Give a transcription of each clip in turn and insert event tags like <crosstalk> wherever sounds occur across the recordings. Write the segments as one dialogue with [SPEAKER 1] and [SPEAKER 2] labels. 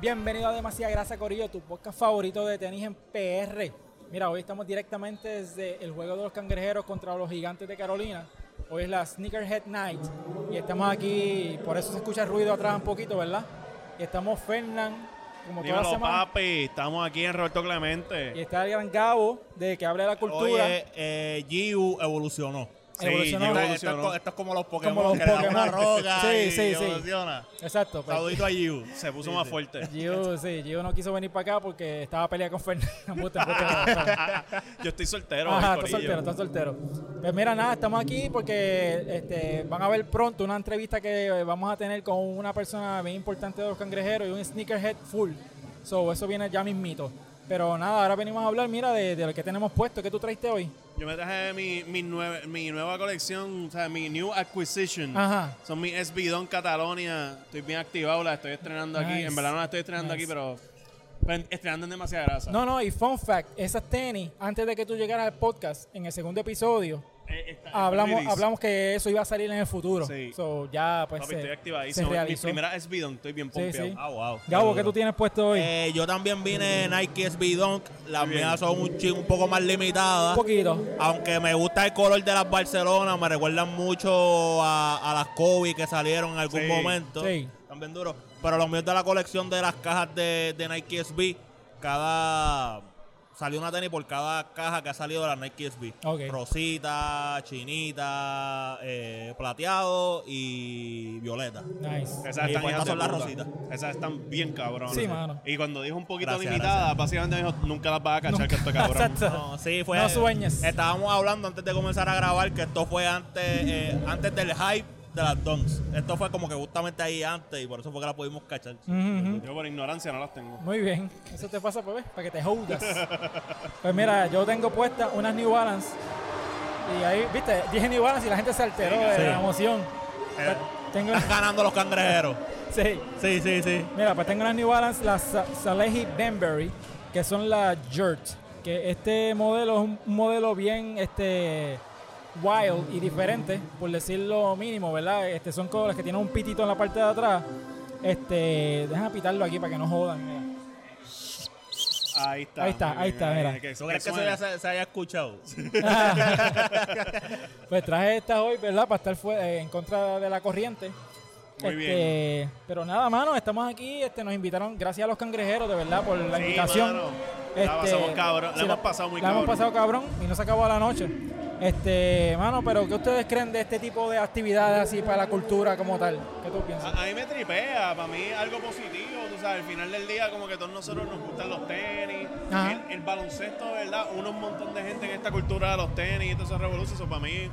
[SPEAKER 1] Bienvenido a Demasiada Grasa Corillo, tu podcast favorito de tenis en PR. Mira, hoy estamos directamente desde el juego de los cangrejeros contra los gigantes de Carolina. Hoy es la Sneakerhead Night y estamos aquí, por eso se escucha el ruido atrás un poquito, ¿verdad? Y estamos Fernán, como toda la
[SPEAKER 2] Dímelo,
[SPEAKER 1] semana.
[SPEAKER 2] papi. Estamos aquí en Roberto
[SPEAKER 1] Y
[SPEAKER 2] Clemente.
[SPEAKER 1] está el gran Gabo, de que habla de la cultura.
[SPEAKER 3] Oye, eh, Giu evolucionó.
[SPEAKER 2] Sí,
[SPEAKER 1] Evolucionó.
[SPEAKER 2] Gio
[SPEAKER 1] Está-
[SPEAKER 3] Esto- Esto, es
[SPEAKER 2] evolucionó.
[SPEAKER 3] co- esto es como los Pokémon
[SPEAKER 1] los
[SPEAKER 3] que le dan una
[SPEAKER 1] Pokémon. <laughs>
[SPEAKER 3] roca
[SPEAKER 1] Sí,
[SPEAKER 3] y
[SPEAKER 1] sí, sí.
[SPEAKER 3] evoluciona.
[SPEAKER 1] Exacto. pues.
[SPEAKER 3] Saludito a Giu.
[SPEAKER 2] Se puso
[SPEAKER 3] Sí,
[SPEAKER 2] más
[SPEAKER 1] <laughs>
[SPEAKER 3] sí.
[SPEAKER 2] fuerte.
[SPEAKER 1] Gio, sí, Gio no quiso venir para acá porque estaba peleando con <laughs> Fernán.
[SPEAKER 2] Yo estoy soltero. hoy,
[SPEAKER 1] Ajá, está
[SPEAKER 2] corillo.
[SPEAKER 1] soltero, está soltero. Pues mira, nada, estamos aquí porque este, van a ver pronto una entrevista que eh, vamos a tener con una persona bien importante de los cangrejeros y un sneakerhead full. So, eso viene ya mismito. Pero nada, ahora venimos a hablar, mira, de, de lo que tenemos puesto. ¿Qué tú traiste hoy?
[SPEAKER 2] Yo me traje mi, mi, nueva, mi nueva colección, o sea, mi new acquisition.
[SPEAKER 1] Ajá.
[SPEAKER 2] Son mis SB-Don Catalonia. Estoy bien activado, la estoy estrenando aquí.
[SPEAKER 1] Nice.
[SPEAKER 2] En verdad no la estoy estrenando
[SPEAKER 1] Nice.
[SPEAKER 2] aquí, pero, pero estrenando en demasiada grasa.
[SPEAKER 1] No, no, y fun fact, esas tenis, antes de que tú llegaras al podcast, en el segundo episodio,
[SPEAKER 2] Eh, está- está
[SPEAKER 1] hablamos,
[SPEAKER 2] release.
[SPEAKER 1] hablamos que eso iba a salir en el futuro.
[SPEAKER 2] Sí.
[SPEAKER 1] So, ya, pues,
[SPEAKER 2] Papi,
[SPEAKER 1] se-
[SPEAKER 2] estoy
[SPEAKER 1] se
[SPEAKER 2] activadísimo. Mi
[SPEAKER 1] realizó.
[SPEAKER 2] primera SB-Don, estoy bien pompeado.
[SPEAKER 1] sí.
[SPEAKER 3] Ah, wow.
[SPEAKER 1] Gabo, ¿qué
[SPEAKER 3] Saludo.
[SPEAKER 1] tú tienes puesto hoy?
[SPEAKER 3] Eh, yo también vine Nike SB Dunk. Las
[SPEAKER 2] Muy bien.
[SPEAKER 3] mías son un ching un poco más
[SPEAKER 1] Un
[SPEAKER 3] limitadas.
[SPEAKER 1] poquito.
[SPEAKER 3] Aunque me gusta el color de las Barcelona, me recuerdan mucho a, a las Kobe que salieron en algún
[SPEAKER 2] Sí.
[SPEAKER 3] momento.
[SPEAKER 1] Sí.
[SPEAKER 3] También duro. Pero los míos de la colección de las cajas de, de Nike SB, cada. Salió una tenis por cada caja que ha salido de la Nike SB.
[SPEAKER 1] Ok.
[SPEAKER 3] Rosita, chinita, eh, plateado y violeta.
[SPEAKER 1] Nice.
[SPEAKER 2] Esas
[SPEAKER 3] Y
[SPEAKER 2] están
[SPEAKER 3] puestas
[SPEAKER 2] hijas de
[SPEAKER 3] son las
[SPEAKER 2] puta.
[SPEAKER 3] rositas.
[SPEAKER 2] Esas están bien cabronas.
[SPEAKER 1] Sí, mano.
[SPEAKER 2] Y cuando dijo un poquito
[SPEAKER 3] Gracias,
[SPEAKER 2] limitada, básicamente dijo, nunca las vas a cachar que
[SPEAKER 1] <laughs>
[SPEAKER 2] esto es cabrón.
[SPEAKER 1] Exacto.
[SPEAKER 3] No, sí, fue.
[SPEAKER 1] No sueñes.
[SPEAKER 3] Estábamos hablando antes de comenzar a grabar que esto fue antes, eh, antes del hype de las Dons. Esto fue como que justamente ahí antes y por eso fue que la pudimos cachar.
[SPEAKER 1] Ujú.
[SPEAKER 2] Yo por ignorancia no las tengo.
[SPEAKER 1] Muy bien, eso te pasa pues, ¿ves? para que te jodas. Pues mira, yo tengo puesta unas New Balance y ahí, viste, dije New Balance y la gente se alteró de
[SPEAKER 3] Sí. Eh.
[SPEAKER 1] la emoción. Pues, tengo, <laughs>
[SPEAKER 3] Están ganando los cangrejeros.
[SPEAKER 1] sí,
[SPEAKER 3] Sí, sí, sí.
[SPEAKER 1] mira, pues tengo unas New Balance, las Sa- Salehi Benbury, que son las Jurt, que este modelo es un un modelo bien, este, wild y diferente, por decirlo mínimo, ¿verdad? Este, son como las que tienen un pitito en la parte de atrás. Este, déjame pitarlo aquí para que no jodan. mira.
[SPEAKER 2] Ahí está.
[SPEAKER 1] Ahí está,
[SPEAKER 2] Muy
[SPEAKER 1] ahí
[SPEAKER 2] bien,
[SPEAKER 1] está, mira.
[SPEAKER 2] que-
[SPEAKER 3] ¿Tú crees que
[SPEAKER 2] que
[SPEAKER 3] eso
[SPEAKER 2] suene.
[SPEAKER 3] ya se, se haya escuchado?
[SPEAKER 1] <laughs> Pues traje estas hoy, ¿verdad? Para estar fue- eh, en contra de la corriente.
[SPEAKER 2] Muy
[SPEAKER 1] bien. Pero nada, mano, estamos aquí. Este, nos invitaron, gracias a los cangrejeros, de verdad, por la
[SPEAKER 2] Sí,
[SPEAKER 1] invitación. Este,
[SPEAKER 2] mano. La pasamos cabrón. La hemos pasado muy
[SPEAKER 1] la hemos
[SPEAKER 2] cabrón.
[SPEAKER 1] pasado cabrón y no se acabó la noche. Este, mano, pero ¿qué ustedes creen de este tipo de actividades así para la cultura como tal? ¿Qué tú piensas?
[SPEAKER 2] A, a mí me tripea, para mí es algo positivo, tú sabes, al final del día como que todos nosotros nos gustan los tenis,
[SPEAKER 1] Ajá.
[SPEAKER 2] el, el baloncesto, ¿verdad? Uno un montón de gente en esta cultura de los tenis y todo eso revoluciona, eso para mí...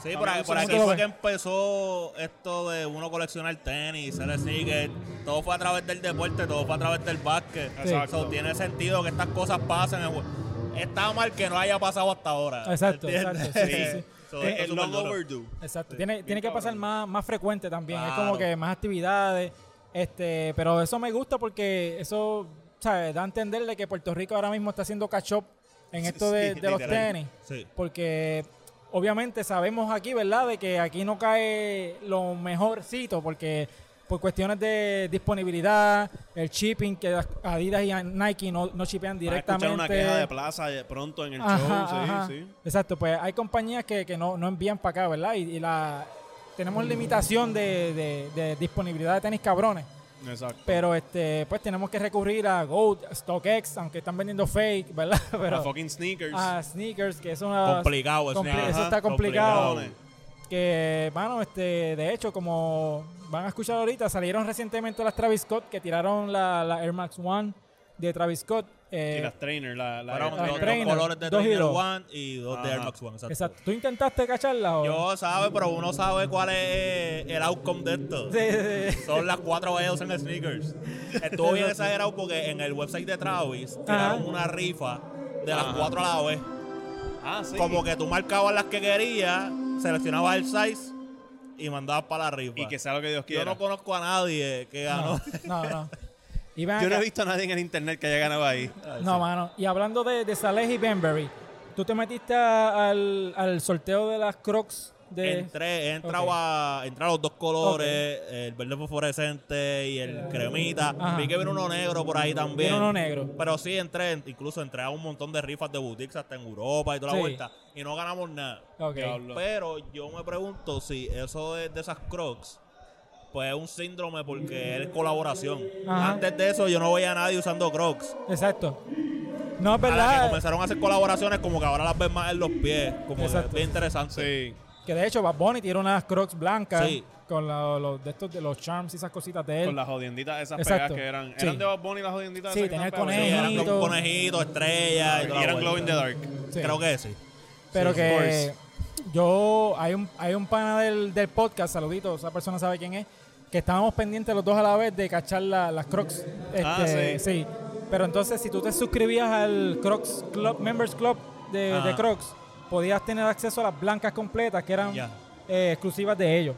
[SPEAKER 3] Sí,
[SPEAKER 2] para
[SPEAKER 3] por,
[SPEAKER 2] mí
[SPEAKER 3] ahí-
[SPEAKER 2] eso
[SPEAKER 3] por
[SPEAKER 2] es
[SPEAKER 3] aquí
[SPEAKER 1] lo
[SPEAKER 3] fue
[SPEAKER 1] ves.
[SPEAKER 3] que empezó esto de uno coleccionar tenis, se le sigue. Todo fue a través del deporte, todo fue a través del básquet.
[SPEAKER 1] Sí.
[SPEAKER 3] Exacto. tiene sentido que estas cosas pasen. en- Está mal que no haya pasado hasta ahora.
[SPEAKER 1] Exacto,
[SPEAKER 3] ¿entiendes? <laughs>
[SPEAKER 1] exacto, sí, sí, sí.
[SPEAKER 3] So,
[SPEAKER 2] Es- es
[SPEAKER 3] eso es
[SPEAKER 2] Eh, long
[SPEAKER 3] superduro.
[SPEAKER 2] overdue.
[SPEAKER 1] Exacto. tiene tiene que pasar
[SPEAKER 2] cabrón.
[SPEAKER 1] más, más frecuente también. Es
[SPEAKER 3] Claro.
[SPEAKER 1] como que más actividades. Este, pero eso me gusta porque eso ¿sabes? da a entender de que Puerto Rico ahora mismo está haciendo catch up en
[SPEAKER 2] Sí,
[SPEAKER 1] esto
[SPEAKER 2] <laughs>
[SPEAKER 1] de,
[SPEAKER 2] sí,
[SPEAKER 1] de los
[SPEAKER 2] literal.
[SPEAKER 1] tenis.
[SPEAKER 3] Sí.
[SPEAKER 1] Porque obviamente sabemos aquí, ¿verdad?, de que aquí no cae lo mejorcito porque por cuestiones de disponibilidad, el shipping, que las Adidas y Nike no, no shipean
[SPEAKER 2] Van a escuchar
[SPEAKER 1] directamente.
[SPEAKER 2] una queja de plaza de pronto en el
[SPEAKER 1] Ajá,
[SPEAKER 2] show, sí,
[SPEAKER 1] ajá.
[SPEAKER 2] sí.
[SPEAKER 1] Exacto, pues hay compañías que, que no, no envían para acá, ¿verdad? Y, y la tenemos limitación de, de- de disponibilidad de tenis cabrones.
[SPEAKER 2] Exacto.
[SPEAKER 1] Pero este, pues tenemos que recurrir a Gold, StockX, aunque están vendiendo fake, ¿verdad? <laughs>
[SPEAKER 2] a
[SPEAKER 1] Pero ah,
[SPEAKER 2] fucking sneakers.
[SPEAKER 1] a sneakers, que es una
[SPEAKER 3] Complicado eso.
[SPEAKER 1] compli-
[SPEAKER 3] ajá,
[SPEAKER 1] eso está complicado.
[SPEAKER 2] cabrones.
[SPEAKER 1] que, mano, este, de hecho, como van a escuchar ahorita, salieron recientemente las Travis Scott, que tiraron la, la Air Max One de Travis Scott. eh,
[SPEAKER 2] y las trainers, la, la,
[SPEAKER 3] Fueron
[SPEAKER 1] Las
[SPEAKER 3] dos, dos
[SPEAKER 1] trainers,
[SPEAKER 3] colores de
[SPEAKER 1] dos y
[SPEAKER 3] Trainer
[SPEAKER 1] dos.
[SPEAKER 3] One y dos de Air
[SPEAKER 2] Ajá.
[SPEAKER 3] Max One. Exacto.
[SPEAKER 1] exacto. ¿Tú intentaste cacharla o...?
[SPEAKER 3] Yo sabe, pero uno sabe cuál es el outcome de esto.
[SPEAKER 1] Sí, sí, sí.
[SPEAKER 3] Son las cuatro vallas en sneakers. Estuvo bien exagerado porque en el website de Travis tiraron una rifa de las cuatro a la vez.
[SPEAKER 2] Ah, sí.
[SPEAKER 3] Como que tú marcabas las que querías, seleccionabas el size y mandabas para la rifa.
[SPEAKER 2] Y que sea lo que Dios
[SPEAKER 3] Yo
[SPEAKER 2] quiera.
[SPEAKER 3] no conozco a nadie
[SPEAKER 1] <laughs>
[SPEAKER 3] que ganó. <laughs>
[SPEAKER 1] No, no. Y ven
[SPEAKER 2] Yo no he
[SPEAKER 1] acá.
[SPEAKER 2] visto a nadie en el internet que haya ganado ahí.
[SPEAKER 1] No, mano. Y hablando de, de Saleh y Benberry, tú te metiste a- al, al sorteo de las Crocs de-
[SPEAKER 3] Entré, he entrado
[SPEAKER 1] Ok.
[SPEAKER 3] a, he entrado a los dos colores, el verde fosforescente y el cremita.
[SPEAKER 1] Eh, Ajá.
[SPEAKER 3] Vi que vino uno negro por ahí también.
[SPEAKER 1] Vino uno negro.
[SPEAKER 3] Pero sí entré, incluso entré a un montón de rifas de boutiques hasta en Europa y toda
[SPEAKER 1] Sí.
[SPEAKER 3] la vuelta. Y no ganamos nada.
[SPEAKER 1] Ok.
[SPEAKER 2] Diablo.
[SPEAKER 3] Pero yo me pregunto si eso de, de esas crocs, pues es un síndrome porque es colaboración.
[SPEAKER 1] Ajá.
[SPEAKER 3] Antes de eso yo no veía a nadie usando crocs.
[SPEAKER 1] Exacto. No es
[SPEAKER 3] A la que
[SPEAKER 1] verdad.
[SPEAKER 3] comenzaron a hacer colaboraciones como que ahora las ves más en los pies. Como que
[SPEAKER 1] Exacto.
[SPEAKER 3] es bien interesante.
[SPEAKER 2] Sí.
[SPEAKER 1] Que de hecho Bad Bunny tiene unas crocs blancas
[SPEAKER 3] Sí.
[SPEAKER 1] con la- los, de estos, de los charms y esas cositas de él.
[SPEAKER 2] Con las jodienditas esas
[SPEAKER 1] Exacto.
[SPEAKER 2] pegadas que eran.
[SPEAKER 1] Sí.
[SPEAKER 2] Eran de Bob Bunny las jodienditas
[SPEAKER 1] Sí,
[SPEAKER 2] esas que
[SPEAKER 1] tenía
[SPEAKER 2] estaban
[SPEAKER 1] el
[SPEAKER 3] Sí,
[SPEAKER 2] pegadas.
[SPEAKER 3] eran
[SPEAKER 1] Conejito.
[SPEAKER 3] como conejitos, estrellas y toda
[SPEAKER 2] Y
[SPEAKER 3] la
[SPEAKER 2] eran
[SPEAKER 3] vuelta.
[SPEAKER 2] glow in the dark.
[SPEAKER 1] Sí.
[SPEAKER 3] Creo que sí.
[SPEAKER 1] Pero
[SPEAKER 2] Sí, of
[SPEAKER 1] que
[SPEAKER 2] course.
[SPEAKER 1] yo, hay un, hay un pana del, del podcast, saludito, esa persona sabe quién es, que estábamos pendientes los dos a la vez de cachar la- las Crocs.
[SPEAKER 2] Ah,
[SPEAKER 1] Este,
[SPEAKER 2] sí.
[SPEAKER 1] Pero entonces, si tú te suscribías al Crocs Club, Members Club de, de
[SPEAKER 3] Ah.
[SPEAKER 1] Crocs, podías tener acceso a las blancas completas que eran
[SPEAKER 3] Ya.
[SPEAKER 1] eh, exclusivas de ellos.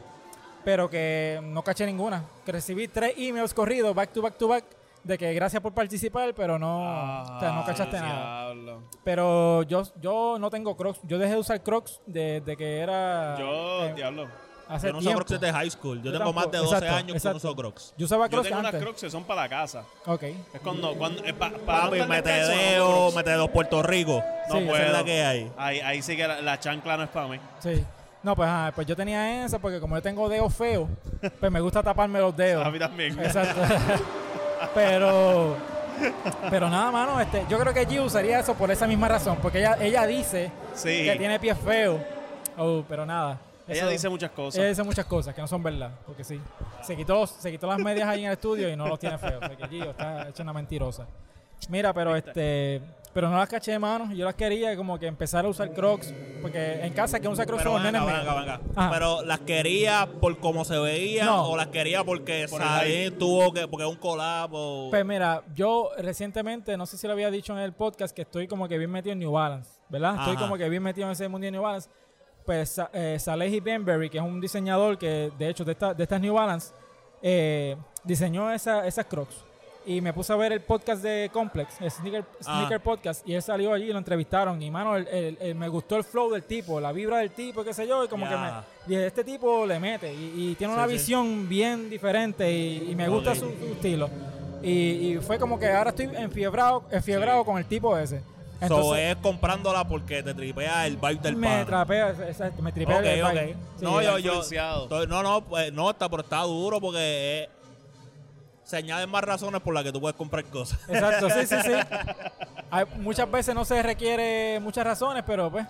[SPEAKER 1] Pero que no caché ninguna. Que recibí tres emails corridos, back to back to back, de que gracias por participar, pero no, o sea,
[SPEAKER 2] Ah,
[SPEAKER 1] no cachaste nada.
[SPEAKER 2] nada.
[SPEAKER 1] Pero yo, yo no tengo Crocs. Yo dejé de usar Crocs desde que era.
[SPEAKER 2] Yo,
[SPEAKER 1] eh,
[SPEAKER 2] diablo.
[SPEAKER 1] hace
[SPEAKER 3] Yo no uso
[SPEAKER 1] tiempo.
[SPEAKER 3] crocs desde high school. Yo,
[SPEAKER 1] Yo
[SPEAKER 3] tengo más de
[SPEAKER 1] tampoco.
[SPEAKER 3] 12
[SPEAKER 1] Exacto,
[SPEAKER 3] años
[SPEAKER 1] exacto.
[SPEAKER 3] que no uso crocs.
[SPEAKER 1] Yo usaba
[SPEAKER 2] Yo
[SPEAKER 1] Crocs
[SPEAKER 2] tengo unas
[SPEAKER 1] antes.
[SPEAKER 2] crocs que son para la casa.
[SPEAKER 1] Ok.
[SPEAKER 2] Es cuando, cuando, es pa- para
[SPEAKER 3] Papi,
[SPEAKER 2] no estar
[SPEAKER 3] mete
[SPEAKER 2] descalzo, no,
[SPEAKER 3] dedo,
[SPEAKER 2] crocs.
[SPEAKER 3] mete dedo Puerto Rico.
[SPEAKER 2] No
[SPEAKER 1] Sí,
[SPEAKER 2] puedo.
[SPEAKER 3] esa es la que hay.
[SPEAKER 2] Ahí, ahí sí que la, la chancla no es para mí.
[SPEAKER 1] Sí. No, pues, ajá, pues yo tenía esa porque como yo tengo dedos feos, pues me gusta taparme los dedos. <laughs>
[SPEAKER 2] A mí también.
[SPEAKER 1] Exacto. pero. Pero nada, mano. Este, yo creo que G usaría eso por esa misma razón. Porque ella, ella dice
[SPEAKER 2] Sí.
[SPEAKER 1] que tiene pies feos. Oh, pero nada.
[SPEAKER 2] Ella
[SPEAKER 1] Eso-
[SPEAKER 2] dice muchas cosas.
[SPEAKER 1] Ella dice muchas cosas que no son verdad, porque sí. Se quitó, se quitó las medias ahí en el estudio y no los tiene feos. O sea que Gio está hecho una mentirosa. Mira, pero este. Pero no las caché de mano. Yo las quería como que empezar a usar crocs. Porque en casa que usa crocs
[SPEAKER 3] Pero
[SPEAKER 1] son los
[SPEAKER 3] venga,
[SPEAKER 1] nenes
[SPEAKER 3] venga,
[SPEAKER 1] míos.
[SPEAKER 3] venga.
[SPEAKER 1] Ajá.
[SPEAKER 3] Pero las quería por cómo se veían
[SPEAKER 1] No.
[SPEAKER 3] o las quería porque
[SPEAKER 2] Por el
[SPEAKER 3] Said tuvo que, porque es un colabo.
[SPEAKER 1] Pues mira, yo recientemente, no sé si lo había dicho en el podcast, que estoy como que bien metido en New Balance, ¿verdad? Estoy
[SPEAKER 3] Ajá.
[SPEAKER 1] como que bien metido en ese mundo de New Balance. Pues Sa- eh, Salehi Benberry, que es un diseñador que, de hecho, de, esta- de estas New Balance, eh, diseñó esa- esas crocs. Y me puse a ver el podcast de Complex, el Sneaker,
[SPEAKER 3] Ah.
[SPEAKER 1] Sneaker Podcast, y él salió allí y lo entrevistaron. Y, mano, el- el- el- me gustó el flow del tipo, la vibra del tipo, qué sé yo, y como
[SPEAKER 3] Ya.
[SPEAKER 1] que me, dije, este tipo le mete y, y tiene
[SPEAKER 3] Sí,
[SPEAKER 1] una
[SPEAKER 3] sí.
[SPEAKER 1] visión bien diferente y, y me gusta
[SPEAKER 3] Ok.
[SPEAKER 1] su, su estilo. Y, y fue como que ahora estoy enfiebrado, enfiebrado con el tipo ese.
[SPEAKER 3] So,
[SPEAKER 1] Entonces,
[SPEAKER 3] es comprándola porque te tripea el vibe del
[SPEAKER 1] me
[SPEAKER 3] pan.
[SPEAKER 1] trapea, exacto, me tripea
[SPEAKER 3] Ok,
[SPEAKER 1] el
[SPEAKER 3] ok.
[SPEAKER 1] baile. Sí,
[SPEAKER 3] no, yo, yo,
[SPEAKER 2] influenciado.
[SPEAKER 3] estoy- no, no, pues, no, está, pero está duro porque eh, se añaden más razones por las que tú puedes comprar cosas. <laughs>
[SPEAKER 1] Exacto, sí, sí, sí. Hay- muchas veces no se requiere muchas razones, pero pues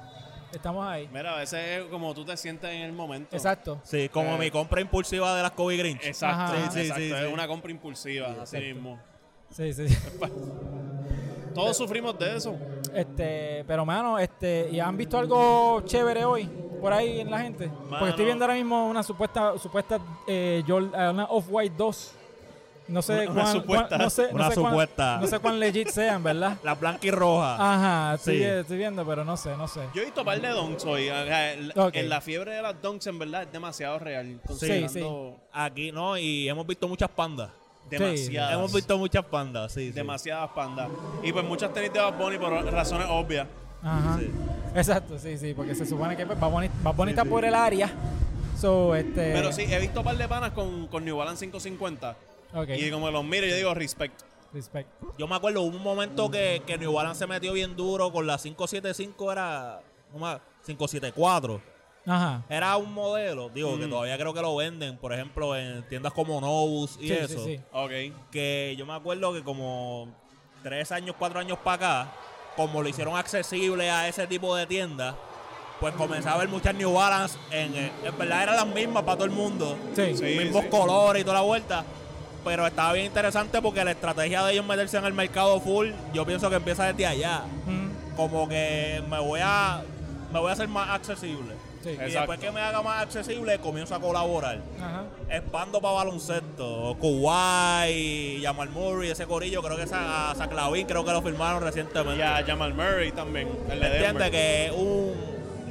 [SPEAKER 1] estamos ahí.
[SPEAKER 2] Mira, a veces es como tú te sientes en el momento.
[SPEAKER 1] Exacto.
[SPEAKER 3] Sí, como
[SPEAKER 2] Eh.
[SPEAKER 3] mi compra impulsiva de las Kobe Grinch.
[SPEAKER 2] Exacto.
[SPEAKER 1] Ajá.
[SPEAKER 3] Sí, sí,
[SPEAKER 2] exacto.
[SPEAKER 3] sí,
[SPEAKER 2] es
[SPEAKER 3] sí.
[SPEAKER 2] una compra impulsiva, así
[SPEAKER 1] exacto.
[SPEAKER 2] mismo.
[SPEAKER 1] Sí, sí.
[SPEAKER 2] Todos sufrimos de eso.
[SPEAKER 1] Este, pero mano, este, ¿y han visto algo chévere hoy por ahí en la gente? Porque estoy
[SPEAKER 2] Mano.
[SPEAKER 1] viendo ahora mismo una supuesta, supuesta eh, Jord- eh, una Off White 2. No sé
[SPEAKER 2] Una- una
[SPEAKER 1] cuán,
[SPEAKER 2] supuesta.
[SPEAKER 1] cuán- no sé, no
[SPEAKER 3] Una
[SPEAKER 1] sé cuán-
[SPEAKER 3] supuesta.
[SPEAKER 1] no sé cuán legit sean,
[SPEAKER 2] <laughs>
[SPEAKER 1] ¿verdad?
[SPEAKER 3] La blanca y roja.
[SPEAKER 1] Ajá, estoy,
[SPEAKER 3] Sí.
[SPEAKER 1] estoy viendo, pero no sé, no sé.
[SPEAKER 2] Yo he visto par de donks hoy. o sea, el-
[SPEAKER 1] Ok.
[SPEAKER 2] En la fiebre de las donks, en verdad, es demasiado real.
[SPEAKER 1] Sí,
[SPEAKER 2] Considerando
[SPEAKER 1] sí.
[SPEAKER 3] Aquí, no, y hemos visto muchas pandas.
[SPEAKER 2] demasiadas.
[SPEAKER 3] Hemos visto muchas pandas, sí. sí.
[SPEAKER 2] demasiadas pandas. Y pues muchas tenis de Bad Bunny por razones obvias.
[SPEAKER 1] Ajá.
[SPEAKER 3] Sí.
[SPEAKER 1] Exacto, sí, sí, porque se supone que pues, va, boni- va bonita por el área. So, este,
[SPEAKER 2] Pero sí, he visto par de panas con, con New Balance 550.
[SPEAKER 1] Ok,
[SPEAKER 2] Y como los miro, yo digo respect.
[SPEAKER 1] respect.
[SPEAKER 3] Yo me acuerdo hubo un momento que, que New Balance se metió bien duro con la 575, era. no me- 574.
[SPEAKER 1] Ajá.
[SPEAKER 3] Era un modelo, digo,
[SPEAKER 1] Mm.
[SPEAKER 3] que todavía creo que lo venden, por ejemplo, en tiendas como Novus y
[SPEAKER 1] Sí, sí,
[SPEAKER 3] eso.
[SPEAKER 1] sí.
[SPEAKER 2] Ok.
[SPEAKER 3] Que yo me acuerdo que como tres años, cuatro años para acá, como lo hicieron accesible a ese tipo de tiendas, pues comenzaba a ver muchas New Balance en. eh, En verdad eran las mismas para todo el mundo.
[SPEAKER 1] Sí,
[SPEAKER 2] Sí,
[SPEAKER 3] mismos
[SPEAKER 2] sí.
[SPEAKER 3] colores y toda la vuelta. Pero estaba bien interesante porque la estrategia de ellos meterse en el mercado full, yo pienso que empieza desde allá.
[SPEAKER 1] Mm,
[SPEAKER 3] Como que me voy a me voy a hacer más accesible.
[SPEAKER 1] sí.
[SPEAKER 3] Y
[SPEAKER 2] Exacto.
[SPEAKER 3] después que me haga más accesible, comienzo a colaborar.
[SPEAKER 1] Ajá.
[SPEAKER 3] Expando para baloncesto. Kuwait, Jamal Murray, ese corillo, creo que esa, a Saclavín, creo que lo firmaron recientemente.
[SPEAKER 2] Y a Jamal Murray también. El de
[SPEAKER 3] ¿Entiendes?
[SPEAKER 2] Denver.
[SPEAKER 3] Que es un,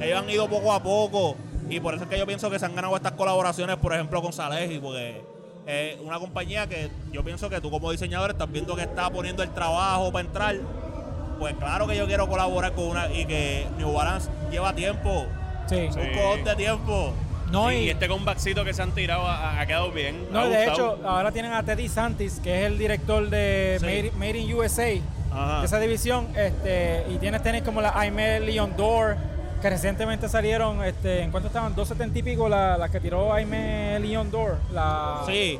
[SPEAKER 3] ellos han ido poco a poco y por eso es que yo pienso que se han ganado estas colaboraciones, por ejemplo, con Salehi, porque es una compañía que yo pienso que tú como diseñador estás viendo que está poniendo el trabajo para entrar. Pues claro que yo quiero colaborar con una y que New Balance lleva tiempo
[SPEAKER 1] Sí.
[SPEAKER 2] Sí.
[SPEAKER 3] Un cojón de tiempo.
[SPEAKER 1] No,
[SPEAKER 2] y,
[SPEAKER 1] y-
[SPEAKER 2] y este comebackcito que se han tirado ha, ha quedado bien.
[SPEAKER 1] No,
[SPEAKER 2] ha
[SPEAKER 1] de
[SPEAKER 2] gustado.
[SPEAKER 1] hecho, ahora tienen a Teddy Santis, que es el director de
[SPEAKER 3] Sí.
[SPEAKER 1] Made, Made in USA,
[SPEAKER 2] Ajá.
[SPEAKER 1] de esa división. Este, y tienes tenis como la Aimee Leon Dor, que recientemente salieron, este, ¿en cuánto estaban? 270 y pico la, la que tiró Aimee Leon Dor. La...
[SPEAKER 3] Sí,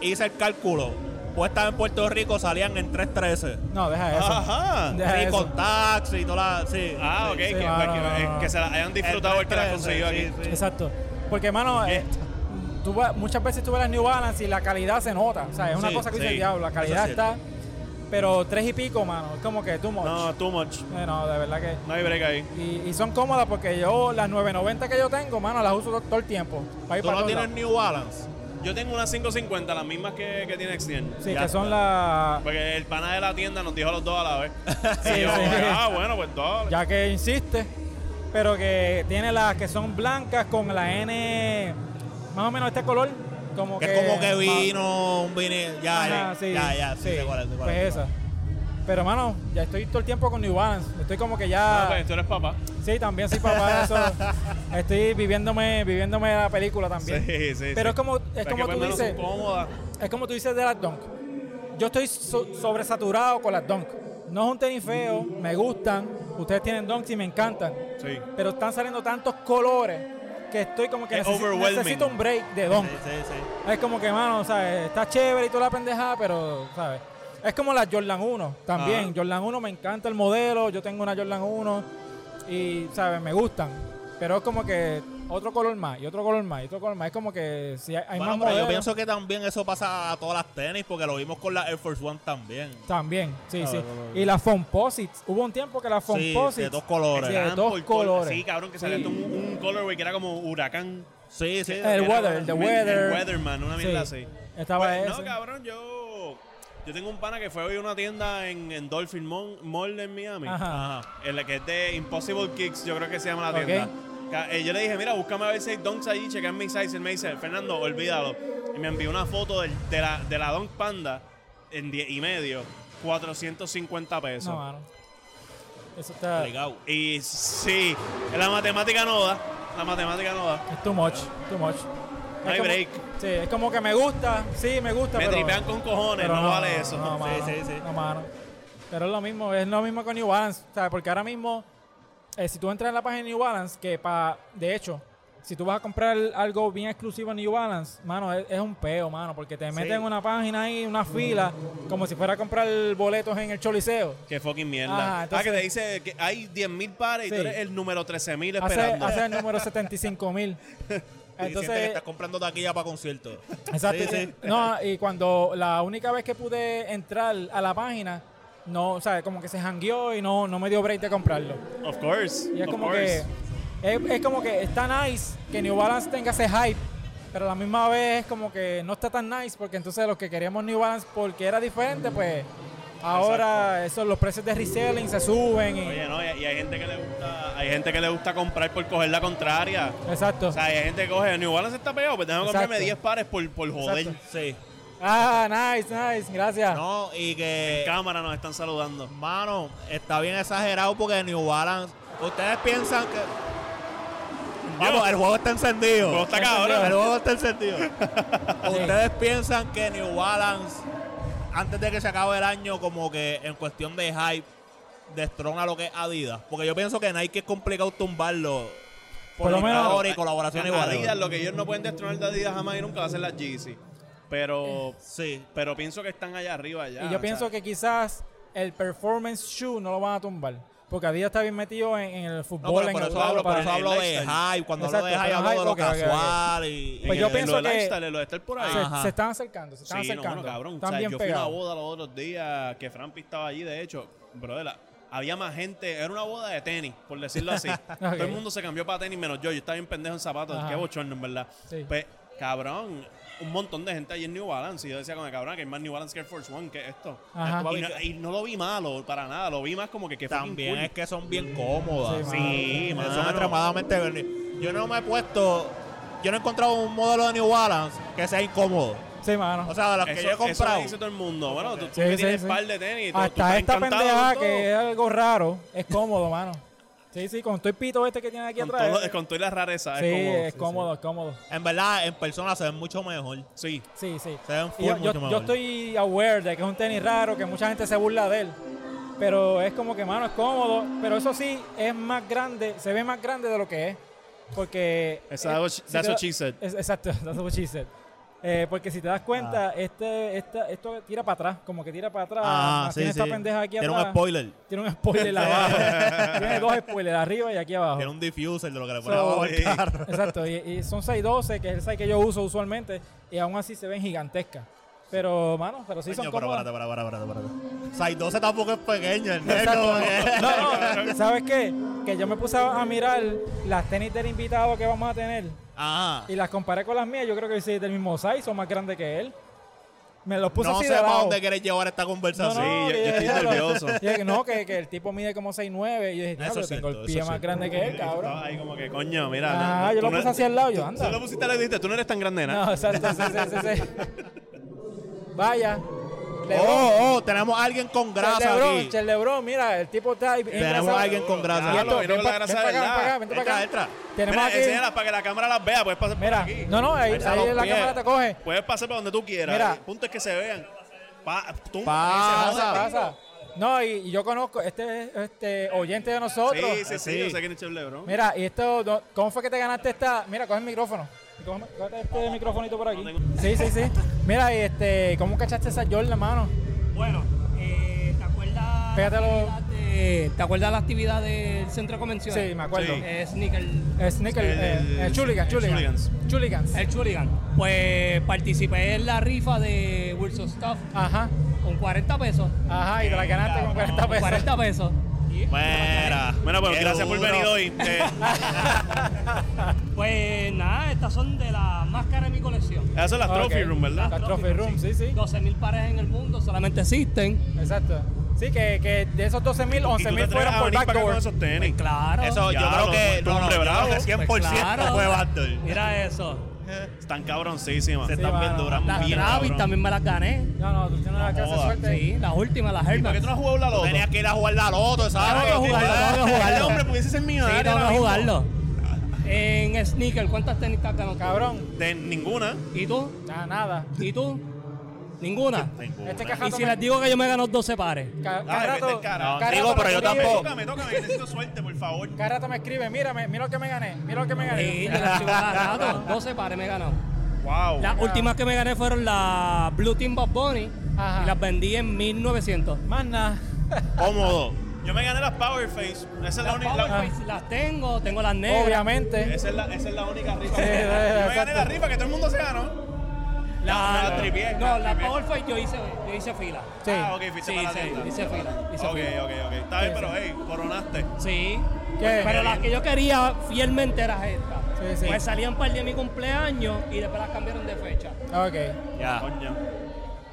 [SPEAKER 3] hice el cálculo. Puestas en Puerto Rico salían en 3.13.
[SPEAKER 1] No, deja eso.
[SPEAKER 2] Ajá.
[SPEAKER 1] Deja
[SPEAKER 3] Sí,
[SPEAKER 1] eso.
[SPEAKER 3] con taxi y toda la. Sí.
[SPEAKER 2] Ah, ok.
[SPEAKER 3] Sí.
[SPEAKER 2] que,
[SPEAKER 1] sí, no,
[SPEAKER 2] que-
[SPEAKER 1] no, no,
[SPEAKER 2] eh,
[SPEAKER 1] no.
[SPEAKER 2] que se la hayan disfrutado el que la ha conseguido aquí.
[SPEAKER 3] 3.13, sí, sí.
[SPEAKER 1] Exacto. Porque, hermano,
[SPEAKER 2] Bien.
[SPEAKER 1] eh, tú vas- muchas veces tú ves las New Balance y la calidad se nota. O sea, es una
[SPEAKER 3] Sí,
[SPEAKER 1] cosa que dice
[SPEAKER 3] sí.
[SPEAKER 1] el diablo. La
[SPEAKER 3] Eso es
[SPEAKER 1] calidad
[SPEAKER 3] cierto.
[SPEAKER 1] está, pero tres y pico, mano. Es como que too much.
[SPEAKER 2] No, too much.
[SPEAKER 1] Eh, no, de verdad que...
[SPEAKER 2] No hay break ahí.
[SPEAKER 1] Y, y son cómodas porque yo las 990 que yo tengo, mano, las uso to- todo, el tiempo. Pa' ir
[SPEAKER 3] Tú
[SPEAKER 1] pa'
[SPEAKER 3] no
[SPEAKER 1] todos
[SPEAKER 3] tienes
[SPEAKER 1] lados.
[SPEAKER 3] New Balance.
[SPEAKER 2] Yo tengo unas 550, las mismas que, que tiene Extend.
[SPEAKER 1] Sí,
[SPEAKER 3] Ya
[SPEAKER 1] que
[SPEAKER 3] está.
[SPEAKER 1] son las...
[SPEAKER 2] Porque el pana de la tienda nos dijo a los dos a la vez.
[SPEAKER 1] <laughs> Sí,
[SPEAKER 2] y yo,
[SPEAKER 1] sí.
[SPEAKER 2] como que, ah, bueno, pues dale.
[SPEAKER 1] Ya que insiste, pero que tiene las que son blancas con la N, más o menos este color. Como
[SPEAKER 3] Que
[SPEAKER 1] que,
[SPEAKER 3] es como que
[SPEAKER 1] ma-
[SPEAKER 3] vino, un vino. Ya,
[SPEAKER 1] Ajá,
[SPEAKER 3] ya, ya, ya, sí, sé cuál es, sé cuál
[SPEAKER 1] Pues
[SPEAKER 3] es.
[SPEAKER 1] esa. Pero, mano, ya estoy todo el tiempo con New Balance. Estoy como que ya...
[SPEAKER 2] Ah, pues tú eres papá.
[SPEAKER 1] Sí, también soy papá.
[SPEAKER 3] <laughs>
[SPEAKER 1] eso. Estoy viviéndome, viviéndome la película también.
[SPEAKER 2] Sí, sí,
[SPEAKER 1] Pero
[SPEAKER 2] sí.
[SPEAKER 1] es como, es
[SPEAKER 2] Pero
[SPEAKER 1] como
[SPEAKER 2] que
[SPEAKER 1] tú
[SPEAKER 2] pues, menos
[SPEAKER 1] dices...
[SPEAKER 2] incómoda.
[SPEAKER 1] Es como tú dices de las Dunk. Yo estoy so- sobresaturado con las Dunk. No es un tenis feo, me gustan. Ustedes tienen Dunks y me encantan.
[SPEAKER 2] Sí.
[SPEAKER 1] Pero están saliendo tantos colores que estoy como que
[SPEAKER 3] Es
[SPEAKER 1] necesi-
[SPEAKER 3] overwhelming.
[SPEAKER 1] necesito un break de
[SPEAKER 3] Sí,
[SPEAKER 1] Dunk.
[SPEAKER 3] sí, sí.
[SPEAKER 1] Es como que, mano, ¿sabes? Está chévere y toda la pendejada, pero, ¿sabes? Es como la Jordan 1 también.
[SPEAKER 3] Ajá.
[SPEAKER 1] Jordan 1 me encanta el modelo. Yo tengo una Jordan 1 y, ¿sabes? Me gustan. Pero es como que otro color más y otro color más y otro color más. Es como que si hay, hay
[SPEAKER 3] Bueno,
[SPEAKER 1] más
[SPEAKER 3] pero
[SPEAKER 1] modelos.
[SPEAKER 3] yo pienso que también eso pasa a todas las tenis, porque lo vimos con la Air Force One también.
[SPEAKER 1] También, sí,
[SPEAKER 3] Ah,
[SPEAKER 1] sí.
[SPEAKER 3] bueno, bueno.
[SPEAKER 1] Y las Fomposites. Hubo un tiempo que las
[SPEAKER 3] Sí,
[SPEAKER 1] Fomposites.
[SPEAKER 3] de dos colores.
[SPEAKER 1] Sí, de
[SPEAKER 2] Eran
[SPEAKER 1] dos
[SPEAKER 2] por col-
[SPEAKER 1] colores.
[SPEAKER 2] Sí, cabrón, que salió
[SPEAKER 1] Sí.
[SPEAKER 2] un, un colorway que era como huracán.
[SPEAKER 3] Sí, sí.
[SPEAKER 1] El
[SPEAKER 2] Era
[SPEAKER 1] weather, el de
[SPEAKER 2] el
[SPEAKER 1] weather.
[SPEAKER 2] weatherman, una
[SPEAKER 1] Sí.
[SPEAKER 2] mierda así.
[SPEAKER 1] Estaba
[SPEAKER 2] Pues,
[SPEAKER 1] ese.
[SPEAKER 2] No, cabrón, yo... Yo tengo un pana que fue hoy a una tienda en, en Dolphin Mon- Mall en Miami. Ah,
[SPEAKER 1] Ajá.
[SPEAKER 3] Ajá.
[SPEAKER 2] En la que es de Impossible Kicks, yo creo que se llama la
[SPEAKER 1] Ok.
[SPEAKER 2] tienda. Ca- eh, yo le dije, mira, búscame a ver si hay donks allí, chequen mi size. Él me dice, Fernando, olvídalo. Y me envió una foto del- de, la, de la donk panda en 10 y medio, 450 pesos.
[SPEAKER 1] No, ah. mano. Eso está. Es
[SPEAKER 3] Obligado.
[SPEAKER 2] y sí, la matemática no da, la matemática no da.
[SPEAKER 1] too much, too much. Es
[SPEAKER 2] No hay
[SPEAKER 1] como-
[SPEAKER 2] break.
[SPEAKER 1] Sí, es como que me gusta, sí, me gusta,
[SPEAKER 2] Me
[SPEAKER 1] pero.
[SPEAKER 2] tripean con cojones,
[SPEAKER 1] pero
[SPEAKER 2] no, vale eso.
[SPEAKER 1] No,
[SPEAKER 3] Sí,
[SPEAKER 1] mano,
[SPEAKER 3] sí, sí.
[SPEAKER 1] no, mano. Pero es lo mismo, es lo mismo con New Balance, ¿sabes? Porque ahora mismo, eh, si tú entras en la página de New Balance, que para, de hecho, si tú vas a comprar algo bien exclusivo en New Balance, mano, es, es un peo, mano, porque te meten en una página ahí, una fila, como si fuera a comprar boletos en el Choliseo.
[SPEAKER 2] Qué fucking mierda.
[SPEAKER 1] Ajá,
[SPEAKER 2] ah, que
[SPEAKER 1] entonces-
[SPEAKER 2] te dice que hay 10.000 pares y
[SPEAKER 1] Sí.
[SPEAKER 2] tú eres el número 13.000
[SPEAKER 1] Hace,
[SPEAKER 2] esperando.
[SPEAKER 1] hace el número 75 mil.
[SPEAKER 3] Y sientes que
[SPEAKER 1] Entonces,
[SPEAKER 3] estás comprando taquilla para conciertos.
[SPEAKER 1] Exacto.
[SPEAKER 3] Sí, sí.
[SPEAKER 1] No, y cuando la única vez que pude entrar a la página, no, o sea, como que se hangueó y no, no me dio break de comprarlo.
[SPEAKER 2] Of course.
[SPEAKER 1] Y es
[SPEAKER 2] of
[SPEAKER 1] como
[SPEAKER 2] course.
[SPEAKER 1] que es, es como que está nice que New Balance tenga ese hype, pero a la misma vez es como que no está tan nice porque entonces los que queríamos New Balance porque era diferente, pues ahora esos los precios de reselling se suben y
[SPEAKER 2] Oye, no, y, y hay gente que le gusta, hay gente que le gusta comprar por coger la contraria.
[SPEAKER 1] Exacto.
[SPEAKER 2] O sea, hay gente que coge New Balance está pegado, pues tengo que comprarme
[SPEAKER 1] Exacto.
[SPEAKER 2] 10 pares por, por joder.
[SPEAKER 1] Exacto.
[SPEAKER 3] Sí.
[SPEAKER 1] Ah, nice, nice, gracias.
[SPEAKER 3] No, y que.
[SPEAKER 2] Cámara nos están saludando.
[SPEAKER 3] Mano, está bien exagerado porque New Balance. Ustedes piensan que. Vamos, el juego está encendido.
[SPEAKER 2] El juego está cabrón.
[SPEAKER 3] El juego
[SPEAKER 2] <laughs>
[SPEAKER 3] está encendido. Ustedes piensan que New Balance, antes de que se acabe el año, como que en cuestión de hype, destrona lo que es Adidas. Porque yo pienso que Nike es complicado tumbarlo. Por,
[SPEAKER 1] Por lo
[SPEAKER 3] lo
[SPEAKER 1] menos-
[SPEAKER 3] y colaboración igual.
[SPEAKER 2] Adidas, lo que ellos no pueden destronar de Adidas jamás y nunca va a ser las Yeezy. Pero,
[SPEAKER 3] Sí.
[SPEAKER 2] pero pienso que están allá arriba ya.
[SPEAKER 1] Y yo pienso que quizás el performance shoe no lo van a tumbar. Porque Adidas está bien metido en, en el
[SPEAKER 3] No,
[SPEAKER 1] fútbol,
[SPEAKER 3] pero
[SPEAKER 1] en
[SPEAKER 3] por eso
[SPEAKER 1] Europa.
[SPEAKER 3] hablo, por eso
[SPEAKER 2] el
[SPEAKER 3] hablo de
[SPEAKER 2] lifestyle.
[SPEAKER 3] hype. Cuando hablo de
[SPEAKER 1] Exacto,
[SPEAKER 3] hype,
[SPEAKER 1] pero
[SPEAKER 3] hablo de lo
[SPEAKER 1] hype, ok, ok, ok.
[SPEAKER 3] casual. y-
[SPEAKER 1] Pues
[SPEAKER 2] En
[SPEAKER 1] yo
[SPEAKER 2] el- en
[SPEAKER 1] pienso
[SPEAKER 2] lo de
[SPEAKER 1] que-
[SPEAKER 2] lifestyle, lo de estar por ahí.
[SPEAKER 1] se,
[SPEAKER 3] Ajá.
[SPEAKER 1] se están acercando, se están
[SPEAKER 2] Sí, no,
[SPEAKER 1] acercando.
[SPEAKER 2] bueno, cabrón. O
[SPEAKER 1] Están
[SPEAKER 2] sea,
[SPEAKER 1] bien
[SPEAKER 2] yo fui a una
[SPEAKER 1] pegados.
[SPEAKER 2] boda los otros días que Frampi estaba allí, de hecho, brother, había más gente, era una boda de tenis, por
[SPEAKER 1] <laughs>
[SPEAKER 2] decirlo así. Todo el mundo se cambió para tenis menos yo, yo estaba bien pendejo en zapatos,
[SPEAKER 1] Ajá.
[SPEAKER 2] qué bochorno, en verdad.
[SPEAKER 1] Sí.
[SPEAKER 2] Pues, cabrón, un montón de gente allí en New Balance y yo decía con el cabrón que hay más New Balance que Air Force One, que esto.
[SPEAKER 1] Ajá.
[SPEAKER 2] Y no, y no lo vi malo para nada, lo vi más como que, que fucking
[SPEAKER 3] También
[SPEAKER 2] cool.
[SPEAKER 3] es que son bien cómodas.
[SPEAKER 1] Sí,
[SPEAKER 2] Sí, mano.
[SPEAKER 3] Son extremadamente verni- Yo no me he puesto. Yo no he encontrado un modelo de New Balance que sea incómodo.
[SPEAKER 1] Sí, mano.
[SPEAKER 3] O sea, de los que
[SPEAKER 2] Eso-
[SPEAKER 3] yo he
[SPEAKER 2] eso
[SPEAKER 3] comprado.
[SPEAKER 2] le dice todo el mundo. Bueno, tú, tú
[SPEAKER 1] Sí,
[SPEAKER 2] que
[SPEAKER 1] sí,
[SPEAKER 2] tienes
[SPEAKER 1] sí.
[SPEAKER 2] par de tenis. tú- tú
[SPEAKER 1] Hasta
[SPEAKER 2] estás
[SPEAKER 1] esta
[SPEAKER 2] encantado con
[SPEAKER 1] pendeja
[SPEAKER 2] todo.
[SPEAKER 1] que es algo raro, es cómodo, mano. Sí, sí, con todo el pito este que tiene aquí
[SPEAKER 2] Con,
[SPEAKER 1] atrás.
[SPEAKER 2] todo,
[SPEAKER 1] eh.
[SPEAKER 2] con toda la rareza.
[SPEAKER 1] sí,
[SPEAKER 2] es cómodo.
[SPEAKER 1] es cómodo, es cómodo.
[SPEAKER 3] En verdad, en persona se ven mucho mejor.
[SPEAKER 2] Sí.
[SPEAKER 1] Sí, sí.
[SPEAKER 3] Se ven
[SPEAKER 1] Y
[SPEAKER 3] full
[SPEAKER 1] yo,
[SPEAKER 3] mucho
[SPEAKER 1] yo- yo
[SPEAKER 3] mejor.
[SPEAKER 1] estoy aware de que es un tenis raro, que mucha gente se burla de él. Pero es como que, mano, es cómodo. Pero eso sí, es más grande, se ve más grande de lo que es. Porque.
[SPEAKER 2] That's what she-
[SPEAKER 1] si
[SPEAKER 2] that's
[SPEAKER 1] te
[SPEAKER 2] what
[SPEAKER 1] da-
[SPEAKER 2] she said.
[SPEAKER 1] es- exacto, <laughs> that's what she said. Eh, porque si te das cuenta, este, esta- esto tira para atrás, como que tira para atrás.
[SPEAKER 3] Ah, sí,
[SPEAKER 1] tiene esta
[SPEAKER 3] sí.
[SPEAKER 1] pendeja aquí
[SPEAKER 3] Tiene
[SPEAKER 1] atrás.
[SPEAKER 3] un spoiler.
[SPEAKER 1] Tiene un spoiler
[SPEAKER 3] <laughs>
[SPEAKER 1] abajo. tiene dos spoilers, arriba y aquí abajo.
[SPEAKER 3] Tiene un diffuser de lo que le
[SPEAKER 1] Ah. So-
[SPEAKER 3] pone abajo al carro.
[SPEAKER 1] Exacto, y, y son 612, que es el size que yo uso usualmente, y aún así se ven gigantescas. Pero, mano, pero sí son
[SPEAKER 3] Coño, pero
[SPEAKER 1] cómodas.
[SPEAKER 3] espérate, espérate, espérate, espérate. O sea, y 12 tampoco es pequeño, el negro.
[SPEAKER 1] <laughs> <laughs>
[SPEAKER 3] porque-
[SPEAKER 1] No, no, ¿sabes qué? Que yo me puse a a mirar las tenis del invitado que vamos a tener
[SPEAKER 3] Ajá.
[SPEAKER 1] y las comparé con las mías. Yo creo que sí, del mismo size, son más grandes que él. Me los puse
[SPEAKER 3] no
[SPEAKER 1] así
[SPEAKER 3] sé
[SPEAKER 1] de
[SPEAKER 3] para
[SPEAKER 1] lado.
[SPEAKER 3] dónde quieres llevar esta
[SPEAKER 1] No,
[SPEAKER 3] conversación.
[SPEAKER 1] no,
[SPEAKER 2] Sí, yo- yo
[SPEAKER 1] dije, <laughs>
[SPEAKER 2] estoy
[SPEAKER 1] "Diablo".
[SPEAKER 2] nervioso.
[SPEAKER 1] Dije que no, que, que el tipo mide como 6'9". Y yo dije,
[SPEAKER 3] Eso
[SPEAKER 1] "Diablo,
[SPEAKER 3] es
[SPEAKER 1] tengo
[SPEAKER 3] cierto,
[SPEAKER 1] el
[SPEAKER 3] eso
[SPEAKER 1] pie
[SPEAKER 3] es
[SPEAKER 1] más
[SPEAKER 3] cierto.
[SPEAKER 1] grande que él,
[SPEAKER 2] Estaba
[SPEAKER 1] cabrón.
[SPEAKER 2] ahí como que, coño, mira.
[SPEAKER 1] Ah,
[SPEAKER 2] no,
[SPEAKER 1] yo
[SPEAKER 2] tú
[SPEAKER 1] lo
[SPEAKER 2] no
[SPEAKER 1] puse
[SPEAKER 2] eres-
[SPEAKER 1] así al lado, yo,
[SPEAKER 2] tú-
[SPEAKER 1] anda.
[SPEAKER 2] Tú lo pusiste, le dijiste, tú no eres tan grande, nada.
[SPEAKER 1] No, exacto, sí, sí, sí, sí. Vaya. LeBron,
[SPEAKER 3] Oh, oh, tenemos a alguien con grasa
[SPEAKER 1] Lebron,
[SPEAKER 3] aquí.
[SPEAKER 1] Che, Lebron, mira, el tipo está ahí.
[SPEAKER 3] Tenemos
[SPEAKER 1] engrasado.
[SPEAKER 3] a alguien con grasa.
[SPEAKER 2] Ya lo vino
[SPEAKER 1] ven
[SPEAKER 2] la
[SPEAKER 1] pa-
[SPEAKER 2] grasa
[SPEAKER 1] ven pa'
[SPEAKER 2] de
[SPEAKER 1] acá, ven pa'
[SPEAKER 2] verdad.
[SPEAKER 1] acá, ven pa'
[SPEAKER 3] Entra,
[SPEAKER 1] acá.
[SPEAKER 3] entra.
[SPEAKER 1] Tenemos
[SPEAKER 2] Mira,
[SPEAKER 1] aquí-
[SPEAKER 2] enséñalas para que la cámara las vea. Puedes pasar por
[SPEAKER 1] Mira,
[SPEAKER 2] aquí.
[SPEAKER 1] no, no, ahí,
[SPEAKER 2] Está
[SPEAKER 1] ahí
[SPEAKER 2] los
[SPEAKER 1] la
[SPEAKER 2] pies.
[SPEAKER 1] cámara te coge.
[SPEAKER 2] Puedes pasar por donde tú quieras.
[SPEAKER 1] Mira.
[SPEAKER 2] El punto es que se vean. Pa, tú,
[SPEAKER 3] Pasa.
[SPEAKER 2] se joda.
[SPEAKER 1] Pasa. No, y, y yo conozco este, este oyente de nosotros.
[SPEAKER 2] Sí, sí, sí.
[SPEAKER 3] Sí.
[SPEAKER 2] Yo sé quién es Chef Lebron.
[SPEAKER 1] Mira, y esto, no- ¿cómo fue que te ganaste esta? Mira, coge el micrófono. Coge- Coge este microfonito por aquí.
[SPEAKER 2] No tengo-
[SPEAKER 1] Sí, sí, sí. Mira, y este, ¿cómo cachaste esa Jordan, mano?
[SPEAKER 4] Bueno, eh, ¿te acuerdas?
[SPEAKER 1] Pégatelo.
[SPEAKER 4] la actividad de- ¿Te acuerdas la actividad del centro de convenciones?
[SPEAKER 1] Sí, me acuerdo.
[SPEAKER 2] Sí.
[SPEAKER 4] Eh, Sneaker.
[SPEAKER 1] Eh, Sneaker,
[SPEAKER 2] El-
[SPEAKER 1] eh, eh, Chuligans,
[SPEAKER 2] el
[SPEAKER 1] Chuligans. Chuligans.
[SPEAKER 4] El Chuligan. Pues participé en la rifa de Wilson Stuff
[SPEAKER 1] Ajá,
[SPEAKER 4] con 40 pesos.
[SPEAKER 1] ajá, y te la
[SPEAKER 4] ah,
[SPEAKER 1] ganaste con 40 pesos.
[SPEAKER 4] 40 pesos. Y-
[SPEAKER 3] Mira.
[SPEAKER 2] Bueno, pues
[SPEAKER 3] qué
[SPEAKER 2] gracias por
[SPEAKER 3] duro.
[SPEAKER 2] venir hoy.
[SPEAKER 1] <laughs>
[SPEAKER 2] Eh,
[SPEAKER 4] Pues nada, estas son de las más caras de mi colección.
[SPEAKER 2] esas son las
[SPEAKER 1] Ok.
[SPEAKER 2] Trophy Room, ¿verdad?
[SPEAKER 1] Las Trophy Room, sí, sí.
[SPEAKER 4] 12.000 pares en el mundo, solamente existen.
[SPEAKER 1] Exacto. Sí, que, que de esos 12.000,
[SPEAKER 2] ¿Y tú te
[SPEAKER 1] 11.000
[SPEAKER 2] atreves
[SPEAKER 1] fueron
[SPEAKER 2] a
[SPEAKER 1] por
[SPEAKER 2] venir para acá
[SPEAKER 1] backdoor.
[SPEAKER 2] con esos tenis?
[SPEAKER 4] Claro.
[SPEAKER 3] Eso yo
[SPEAKER 2] Pues, Ya,
[SPEAKER 3] creo que
[SPEAKER 2] tú,
[SPEAKER 3] no, no,
[SPEAKER 2] hombre,
[SPEAKER 3] yo creo
[SPEAKER 2] bravo.
[SPEAKER 3] que 100%
[SPEAKER 2] <laughs>
[SPEAKER 4] Pues, claro.
[SPEAKER 3] fue Backdoor.
[SPEAKER 4] Mira eso.
[SPEAKER 2] Están cabroncísimas.
[SPEAKER 3] Se
[SPEAKER 1] Sí,
[SPEAKER 3] están bien
[SPEAKER 1] mano.
[SPEAKER 3] duras.
[SPEAKER 4] Las
[SPEAKER 2] Bien,
[SPEAKER 4] Travis
[SPEAKER 2] cabrón.
[SPEAKER 4] también me las gané.
[SPEAKER 1] No, no, tú tienes la clase de
[SPEAKER 3] jodas,
[SPEAKER 1] suerte.
[SPEAKER 4] Sí, las últimas, las
[SPEAKER 2] ¿Por qué
[SPEAKER 4] Hermes.
[SPEAKER 2] tú no has jugado la
[SPEAKER 3] Tú
[SPEAKER 2] loto?
[SPEAKER 3] tenías que ir a jugar la loto, ¿sabes?
[SPEAKER 4] Tengo que jugarlo, tengo que jugarlo.
[SPEAKER 2] Este hombre pudiese ser mío.
[SPEAKER 4] Sí,
[SPEAKER 2] ahora
[SPEAKER 4] tengo que
[SPEAKER 2] mismo.
[SPEAKER 4] jugarlo. En sneaker, ¿cuántas tenis te has ganado?
[SPEAKER 1] Cabrón,
[SPEAKER 2] De ninguna.
[SPEAKER 4] ¿Y tú?
[SPEAKER 1] nada, nada.
[SPEAKER 4] ¿Y tú? Ninguna.
[SPEAKER 1] Este
[SPEAKER 4] Y
[SPEAKER 1] cajato
[SPEAKER 4] si
[SPEAKER 1] me-
[SPEAKER 4] les digo que yo me gano 12 pares.
[SPEAKER 1] Ca-
[SPEAKER 2] Ay,
[SPEAKER 1] cada
[SPEAKER 2] vete
[SPEAKER 1] rato-
[SPEAKER 2] el carajo.
[SPEAKER 1] cada
[SPEAKER 3] Digo,
[SPEAKER 1] rato
[SPEAKER 3] pero
[SPEAKER 1] me
[SPEAKER 3] yo
[SPEAKER 1] escribe-
[SPEAKER 3] tampoco.
[SPEAKER 2] Tócame, tócame. Necesito suerte, por favor.
[SPEAKER 1] Cada rato me escribe, mira, me- mira lo que me gané, mira lo que me gané.
[SPEAKER 4] Sí, te las digo cada rato. 12 pares me he ganado.
[SPEAKER 2] Wow.
[SPEAKER 4] Las últimas que me gané fueron las Blue Team Bob Bunny
[SPEAKER 1] Ajá.
[SPEAKER 4] y las vendí en 1900.
[SPEAKER 1] Más nada.
[SPEAKER 3] Cómodo.
[SPEAKER 2] Yo me gané las Power Face. Esa es la
[SPEAKER 4] Las
[SPEAKER 2] única.
[SPEAKER 4] Power
[SPEAKER 2] la-
[SPEAKER 4] Face las tengo, tengo las negras.
[SPEAKER 1] Obviamente.
[SPEAKER 2] Esa es la, esa es la única rifa.
[SPEAKER 1] Sí,
[SPEAKER 2] Yo me gané
[SPEAKER 1] exacto.
[SPEAKER 2] la rifa que todo el mundo se ganó.
[SPEAKER 4] Las-
[SPEAKER 2] me las tripié, me
[SPEAKER 4] no,
[SPEAKER 2] las
[SPEAKER 4] las
[SPEAKER 2] tripié.
[SPEAKER 4] Power Face yo hice, yo hice fila.
[SPEAKER 1] Sí.
[SPEAKER 2] Ah, ok, fuiste
[SPEAKER 4] Sí,
[SPEAKER 2] para la
[SPEAKER 4] sí,
[SPEAKER 2] tienda.
[SPEAKER 4] hice fila. hice
[SPEAKER 2] Ok,
[SPEAKER 4] fila.
[SPEAKER 2] ok, ok. Está bien, pero hey, coronaste.
[SPEAKER 4] Sí.
[SPEAKER 1] ¿Qué?
[SPEAKER 4] Pero las que yo quería fielmente eran estas.
[SPEAKER 1] Sí, sí.
[SPEAKER 4] Pues salían para el día de mi cumpleaños y después las cambiaron de fecha.
[SPEAKER 1] Ok.
[SPEAKER 3] Ya.
[SPEAKER 2] Coño.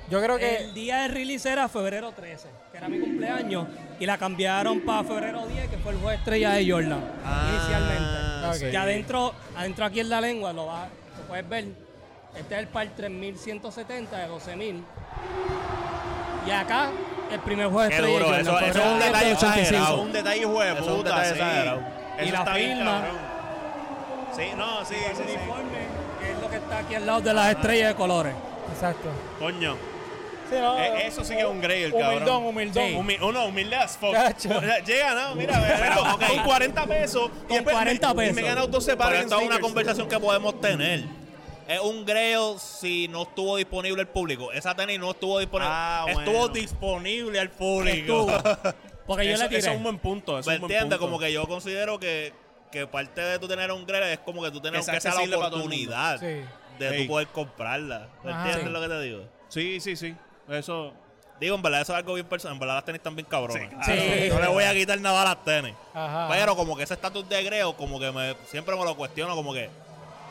[SPEAKER 1] Yo creo
[SPEAKER 4] El
[SPEAKER 1] que.
[SPEAKER 4] día de release era febrero 13, que era mi cumpleaños, y la cambiaron para febrero 10, que fue el juego estrella de Jordan,
[SPEAKER 1] Ah,
[SPEAKER 4] inicialmente.
[SPEAKER 1] sí.
[SPEAKER 4] Y adentro, adentro aquí en la lengua, lo, vas, lo puedes ver. Este es el par 3170 de 12000. Y acá, el primer juego
[SPEAKER 3] Qué
[SPEAKER 4] estrella
[SPEAKER 3] duro,
[SPEAKER 4] de
[SPEAKER 3] eso-
[SPEAKER 4] Jordan.
[SPEAKER 3] eso
[SPEAKER 4] febrero
[SPEAKER 3] es un
[SPEAKER 4] 10 de
[SPEAKER 3] detalle
[SPEAKER 4] 85.
[SPEAKER 2] Eso
[SPEAKER 3] exagerado.
[SPEAKER 2] es un detalle hijo de
[SPEAKER 3] Eso es un
[SPEAKER 2] puta,
[SPEAKER 3] detalle
[SPEAKER 2] sí.
[SPEAKER 3] exagerado.
[SPEAKER 2] Eso
[SPEAKER 4] Y la
[SPEAKER 2] está bien,
[SPEAKER 4] firma.
[SPEAKER 2] cabrón. Sí, no, sí, sí,
[SPEAKER 4] El
[SPEAKER 2] sí.
[SPEAKER 4] uniforme, que es lo que está aquí al lado de las estrellas de colores.
[SPEAKER 1] Exacto.
[SPEAKER 2] Coño.
[SPEAKER 1] Sí, no,
[SPEAKER 2] Eh, eso sí que es un grey, el
[SPEAKER 1] humildón,
[SPEAKER 2] cabrón.
[SPEAKER 1] humildón.
[SPEAKER 4] Sí.
[SPEAKER 2] Humi- uno humilde as fuck.
[SPEAKER 1] Cacho.
[SPEAKER 2] O sea, Llega, no, mira, me gano
[SPEAKER 3] ok.
[SPEAKER 2] con 40 pesos. y
[SPEAKER 4] Con
[SPEAKER 2] después me,
[SPEAKER 4] 40
[SPEAKER 2] y me
[SPEAKER 4] pesos.
[SPEAKER 2] he ganado 12
[SPEAKER 3] Pero
[SPEAKER 2] pares en
[SPEAKER 3] esto es una
[SPEAKER 2] sneakers.
[SPEAKER 3] conversación que podemos tener. Es un grail si no estuvo disponible al público. Esa tenis no estuvo disponible.
[SPEAKER 2] Ah, bueno.
[SPEAKER 3] Estuvo disponible al público.
[SPEAKER 4] Estuvo. Porque yo
[SPEAKER 2] Eso,
[SPEAKER 4] le tiré.
[SPEAKER 2] eso es un buen punto. Eso
[SPEAKER 3] ¿Me
[SPEAKER 2] es un buen
[SPEAKER 3] entiendes?
[SPEAKER 2] punto.
[SPEAKER 3] Como que yo considero que, que parte de tú tener un grail es como que tú
[SPEAKER 2] Que
[SPEAKER 3] tienes
[SPEAKER 2] sea
[SPEAKER 3] que sea la
[SPEAKER 2] accesible para todo el mundo.
[SPEAKER 3] oportunidad
[SPEAKER 1] Sí.
[SPEAKER 3] de
[SPEAKER 2] Sí.
[SPEAKER 3] tú poder comprarla. ¿Me
[SPEAKER 1] Ajá.
[SPEAKER 3] entiendes
[SPEAKER 1] Sí.
[SPEAKER 3] lo que te digo?
[SPEAKER 2] Sí, sí, sí. Eso.
[SPEAKER 3] Digo, en verdad eso es algo bien personal. En verdad las tenis están bien cabronas. Ah,
[SPEAKER 2] Sí,
[SPEAKER 1] claro. Sí. Ah.
[SPEAKER 3] No le voy a quitar nada a las tenis.
[SPEAKER 1] Ajá.
[SPEAKER 3] Pero como que ese estatus de greo, como que me, siempre me lo cuestiono, como que...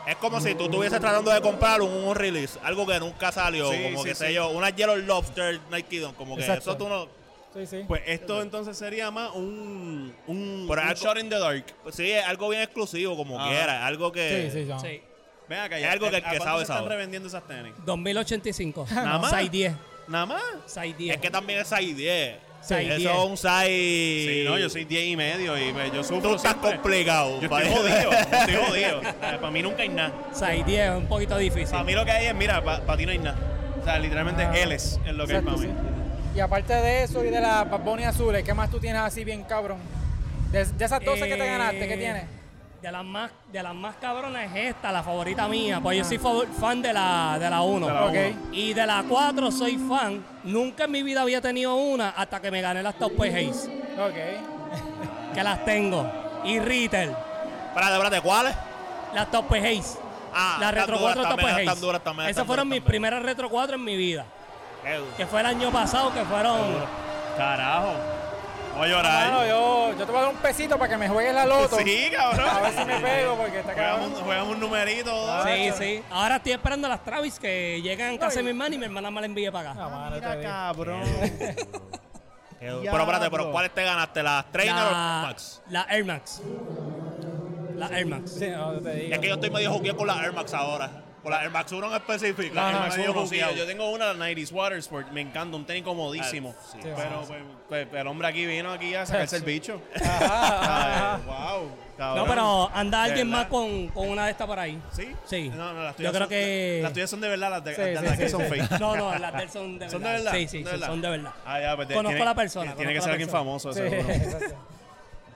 [SPEAKER 3] Es como si tú estuvieses tratando de comprar un, un release, algo que nunca salió,
[SPEAKER 2] Sí,
[SPEAKER 3] como
[SPEAKER 2] sí,
[SPEAKER 3] que
[SPEAKER 2] sí.
[SPEAKER 3] sé yo, una Yellow Lobster Nike Dunk, como que
[SPEAKER 1] Exacto.
[SPEAKER 3] eso tú no...
[SPEAKER 1] Sí, sí.
[SPEAKER 2] Pues esto entonces sería más un. Un,
[SPEAKER 3] Pero
[SPEAKER 2] un
[SPEAKER 3] algo-
[SPEAKER 2] shot in the dark.
[SPEAKER 3] pues sí, es algo bien exclusivo, como
[SPEAKER 2] Ajá.
[SPEAKER 3] quiera, algo que...
[SPEAKER 1] Sí, sí, John.
[SPEAKER 4] Sí.
[SPEAKER 2] Ven acá,
[SPEAKER 3] Es
[SPEAKER 2] ya,
[SPEAKER 3] algo que el
[SPEAKER 2] ¿a
[SPEAKER 3] que
[SPEAKER 2] cuánto
[SPEAKER 3] sabe,
[SPEAKER 2] se están
[SPEAKER 3] sabe.
[SPEAKER 2] revendiendo esas tenis?
[SPEAKER 4] 2085.
[SPEAKER 2] Nada más.
[SPEAKER 4] 610.
[SPEAKER 2] Nada más.
[SPEAKER 4] 610.
[SPEAKER 3] Es que también es 6 10.
[SPEAKER 4] 6,
[SPEAKER 3] Eso
[SPEAKER 4] 10.
[SPEAKER 3] es un size.
[SPEAKER 2] Sí, no, yo soy 10 y medio y pues, yo sufro
[SPEAKER 3] Tú estás
[SPEAKER 2] siempre.
[SPEAKER 3] complicado.
[SPEAKER 2] Yo estoy
[SPEAKER 3] padre.
[SPEAKER 2] jodido, yo estoy <laughs> jodido. Para mí nunca hay nada.
[SPEAKER 4] 6, 10 es un poquito difícil.
[SPEAKER 2] Para mí lo que hay es, mira, para ti no hay nada. O sea, literalmente
[SPEAKER 1] Ah.
[SPEAKER 2] él es lo que
[SPEAKER 1] Exacto,
[SPEAKER 2] es
[SPEAKER 1] sí.
[SPEAKER 2] para mí.
[SPEAKER 1] Y aparte de eso y de las Bad Bunny azules, ¿qué más tú tienes así bien cabrón? De, de esas 12 que te
[SPEAKER 4] Eh,
[SPEAKER 1] ganaste, ¿qué tienes?
[SPEAKER 4] De las más, de las más cabronas es esta, la favorita mía. Pues yo soy favor- fan de la, de la 1.
[SPEAKER 2] De la
[SPEAKER 1] Ok.
[SPEAKER 4] Y de la 4 soy fan. Nunca en mi vida había tenido una hasta que me gané las Top Haze.
[SPEAKER 1] Ok.
[SPEAKER 4] Que las tengo. Y Ritter.
[SPEAKER 3] <laughs> Espérate, espérate, ¿cuáles?
[SPEAKER 4] Las Top Haze.
[SPEAKER 3] Ah,
[SPEAKER 4] las
[SPEAKER 3] tan
[SPEAKER 4] Retro
[SPEAKER 3] duras
[SPEAKER 4] 4 Top
[SPEAKER 3] también,
[SPEAKER 4] Haze.
[SPEAKER 3] tan duras también,
[SPEAKER 4] Esas
[SPEAKER 3] tan
[SPEAKER 4] fueron
[SPEAKER 3] duras
[SPEAKER 4] mis
[SPEAKER 3] también.
[SPEAKER 4] primeras Retro 4 en mi vida.
[SPEAKER 3] Qué duro.
[SPEAKER 4] Que fue el año pasado que fueron.
[SPEAKER 2] Carajo. Voy a llorar.
[SPEAKER 1] Mano, yo, yo te voy a dar un pesito para que me juegues la loto.
[SPEAKER 2] sí,
[SPEAKER 1] A ver
[SPEAKER 2] cabrón.
[SPEAKER 1] si me pego porque está
[SPEAKER 2] Juegan
[SPEAKER 1] cabrón.
[SPEAKER 2] un, juegan un <laughs> numerito.
[SPEAKER 1] Ah,
[SPEAKER 4] Sí,
[SPEAKER 1] chorro.
[SPEAKER 4] sí. Ahora estoy esperando a las Travis que llegan a casa de mi hermana y mi hermana me la envíe para acá.
[SPEAKER 1] Ah, mano, te
[SPEAKER 2] Mira,
[SPEAKER 1] digo.
[SPEAKER 2] cabrón.
[SPEAKER 3] Qué duro.
[SPEAKER 2] Diablo.
[SPEAKER 3] Pero espérate, pero ¿cuáles te ganaste? ¿Las Trainer o
[SPEAKER 4] La,
[SPEAKER 3] las Max?
[SPEAKER 4] la Air Max. La Air Max.
[SPEAKER 1] Sí, no, yo te digo.
[SPEAKER 3] Es que yo estoy medio jugueado con las Air Max ahora. Con las Air Max 1 en específico.
[SPEAKER 1] Ajá,
[SPEAKER 3] Las Air
[SPEAKER 2] Ah,
[SPEAKER 3] Max
[SPEAKER 2] sí,
[SPEAKER 3] 1
[SPEAKER 2] yo, sí,
[SPEAKER 3] jugueado.
[SPEAKER 2] yo tengo una, la 90s Watersport. Me encanta, un tenis comodísimo.
[SPEAKER 3] Ah, sí.
[SPEAKER 1] Sí,
[SPEAKER 2] pero
[SPEAKER 1] sí,
[SPEAKER 2] pues, pues, el hombre aquí vino aquí a sacarse el bicho.
[SPEAKER 1] <laughs> Ajá,
[SPEAKER 2] Ay,
[SPEAKER 1] ajá.
[SPEAKER 2] wow.
[SPEAKER 4] No,
[SPEAKER 2] Cabrón.
[SPEAKER 4] pero anda
[SPEAKER 2] ¿De
[SPEAKER 4] alguien
[SPEAKER 2] verdad?
[SPEAKER 4] más con, con una de estas por ahí.
[SPEAKER 2] ¿Sí?
[SPEAKER 4] Sí.
[SPEAKER 2] No, no, las
[SPEAKER 4] Yo
[SPEAKER 2] tuyas
[SPEAKER 4] creo
[SPEAKER 2] son-
[SPEAKER 4] que.
[SPEAKER 2] Las tuyas son de verdad, las de,
[SPEAKER 1] Sí,
[SPEAKER 2] las de
[SPEAKER 1] sí,
[SPEAKER 2] las
[SPEAKER 1] sí,
[SPEAKER 2] que
[SPEAKER 1] sí.
[SPEAKER 2] son fake.
[SPEAKER 4] No, no, las de él son de
[SPEAKER 2] <laughs>
[SPEAKER 4] verdad.
[SPEAKER 2] ¿Son de verdad?
[SPEAKER 4] Sí, sí,
[SPEAKER 2] ¿Son de
[SPEAKER 4] sí,
[SPEAKER 2] verdad?
[SPEAKER 4] son de verdad.
[SPEAKER 2] Ah, ya, pues, te-
[SPEAKER 4] Conozco
[SPEAKER 2] tiene-
[SPEAKER 4] la persona,
[SPEAKER 2] Tiene que
[SPEAKER 4] conozco
[SPEAKER 2] ser
[SPEAKER 4] la
[SPEAKER 2] alguien
[SPEAKER 4] persona.
[SPEAKER 2] famoso,
[SPEAKER 1] Sí,
[SPEAKER 2] seguro.
[SPEAKER 1] exacto.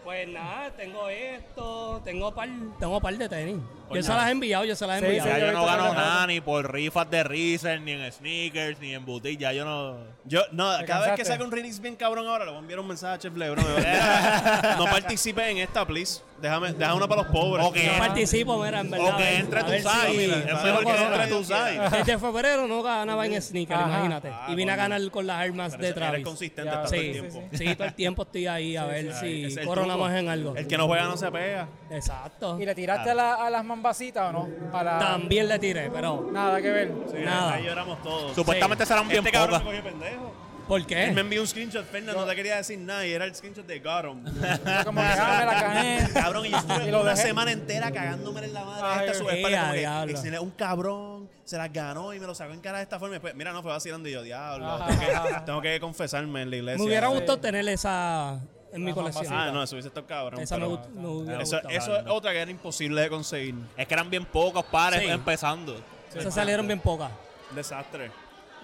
[SPEAKER 4] Pues nada, tengo esto, tengo par, tengo par de tenis.
[SPEAKER 2] Coño.
[SPEAKER 4] yo se las he enviado, yo se las he
[SPEAKER 1] Sí,
[SPEAKER 3] O
[SPEAKER 4] enviado.
[SPEAKER 3] sea,
[SPEAKER 1] sí,
[SPEAKER 3] yo
[SPEAKER 1] yo
[SPEAKER 3] no
[SPEAKER 1] he visto
[SPEAKER 3] gano
[SPEAKER 1] tantas
[SPEAKER 3] nada ni por rifas de Reezer, ni en sneakers, ni en boutique. Ya yo no.
[SPEAKER 2] Yo, no, cada
[SPEAKER 1] Te
[SPEAKER 2] vez que
[SPEAKER 1] cansaste.
[SPEAKER 2] saca un remix bien cabrón ahora, le voy a enviar un mensaje a Chef
[SPEAKER 4] <laughs>
[SPEAKER 2] Lebron. Me va a decir, <laughs> no participes en esta, please. Déjame, deja una para los pobres.
[SPEAKER 3] Ok.
[SPEAKER 4] No
[SPEAKER 3] Ah.
[SPEAKER 4] participo, mira, en verdad.
[SPEAKER 3] O
[SPEAKER 4] a
[SPEAKER 3] que
[SPEAKER 4] ver-
[SPEAKER 3] entre
[SPEAKER 4] a
[SPEAKER 3] tu
[SPEAKER 4] ver si-
[SPEAKER 3] side.
[SPEAKER 2] mira,
[SPEAKER 3] Es
[SPEAKER 2] está
[SPEAKER 3] mejor que
[SPEAKER 2] bien.
[SPEAKER 3] entre tu side.
[SPEAKER 4] <laughs> Desde febrero no ganaba en sneaker,
[SPEAKER 1] Ajá.
[SPEAKER 4] imagínate.
[SPEAKER 2] Ah,
[SPEAKER 4] y vine a
[SPEAKER 2] coño.
[SPEAKER 4] ganar con las armas
[SPEAKER 2] Pero
[SPEAKER 4] de
[SPEAKER 2] eres
[SPEAKER 4] Travis.
[SPEAKER 2] consistente
[SPEAKER 1] Ya,
[SPEAKER 2] está todo el
[SPEAKER 4] Sí,
[SPEAKER 2] tiempo.
[SPEAKER 4] sí, todo el tiempo
[SPEAKER 2] <laughs>
[SPEAKER 4] estoy ahí a ver
[SPEAKER 2] Ay, ese es
[SPEAKER 4] si
[SPEAKER 2] el
[SPEAKER 4] coronamos
[SPEAKER 2] truco.
[SPEAKER 4] en algo.
[SPEAKER 2] El que no juega no se pega.
[SPEAKER 4] Exacto.
[SPEAKER 1] ¿Y le tiraste a, la- a las mambacitas o no? A la-
[SPEAKER 4] También le tiré, pero
[SPEAKER 1] Nada que
[SPEAKER 2] <laughs>
[SPEAKER 1] ver.
[SPEAKER 2] Sí,
[SPEAKER 4] Nada.
[SPEAKER 2] Ahí lloramos todos.
[SPEAKER 3] Supuestamente serán bien
[SPEAKER 2] este cabrón
[SPEAKER 3] pocas.
[SPEAKER 2] me cogió pendejo.
[SPEAKER 4] ¿por
[SPEAKER 2] Él me
[SPEAKER 4] qué?
[SPEAKER 2] envió un screenshot, Fernando, no te quería decir nada y era el screenshot de
[SPEAKER 4] <laughs>
[SPEAKER 2] Garon.
[SPEAKER 1] Yo como que ah, me la gané.
[SPEAKER 2] Cabrón, y yo estuve
[SPEAKER 1] Y lo
[SPEAKER 2] una
[SPEAKER 1] dejé.
[SPEAKER 2] semana entera cagándome en la madre
[SPEAKER 1] Ay,
[SPEAKER 2] a esta subespalda.
[SPEAKER 4] ea,
[SPEAKER 2] como que,
[SPEAKER 4] diablo.
[SPEAKER 2] "Excelente, un cabrón se las ganó y me lo sacó en cara de esta forma. Y después, mira, no fue vacilando y yo, diablo.
[SPEAKER 1] Ajá,
[SPEAKER 2] Tengo que,
[SPEAKER 1] ajá.
[SPEAKER 2] tengo que confesarme en la iglesia.
[SPEAKER 4] Me hubiera
[SPEAKER 2] Sí.
[SPEAKER 4] gustado tener esa en mi
[SPEAKER 1] Las mamás
[SPEAKER 4] colección.
[SPEAKER 2] Ah, no, eso hubiese estado cabrón.
[SPEAKER 4] Esa me,
[SPEAKER 2] pero-
[SPEAKER 4] gust- me hubiera
[SPEAKER 2] Eso,
[SPEAKER 4] gustado.
[SPEAKER 2] eso es otra que era imposible de conseguir.
[SPEAKER 3] Es que eran bien pocos pares
[SPEAKER 4] Sí.
[SPEAKER 3] empezando.
[SPEAKER 4] Esas salieron bien pocas.
[SPEAKER 2] Desastre.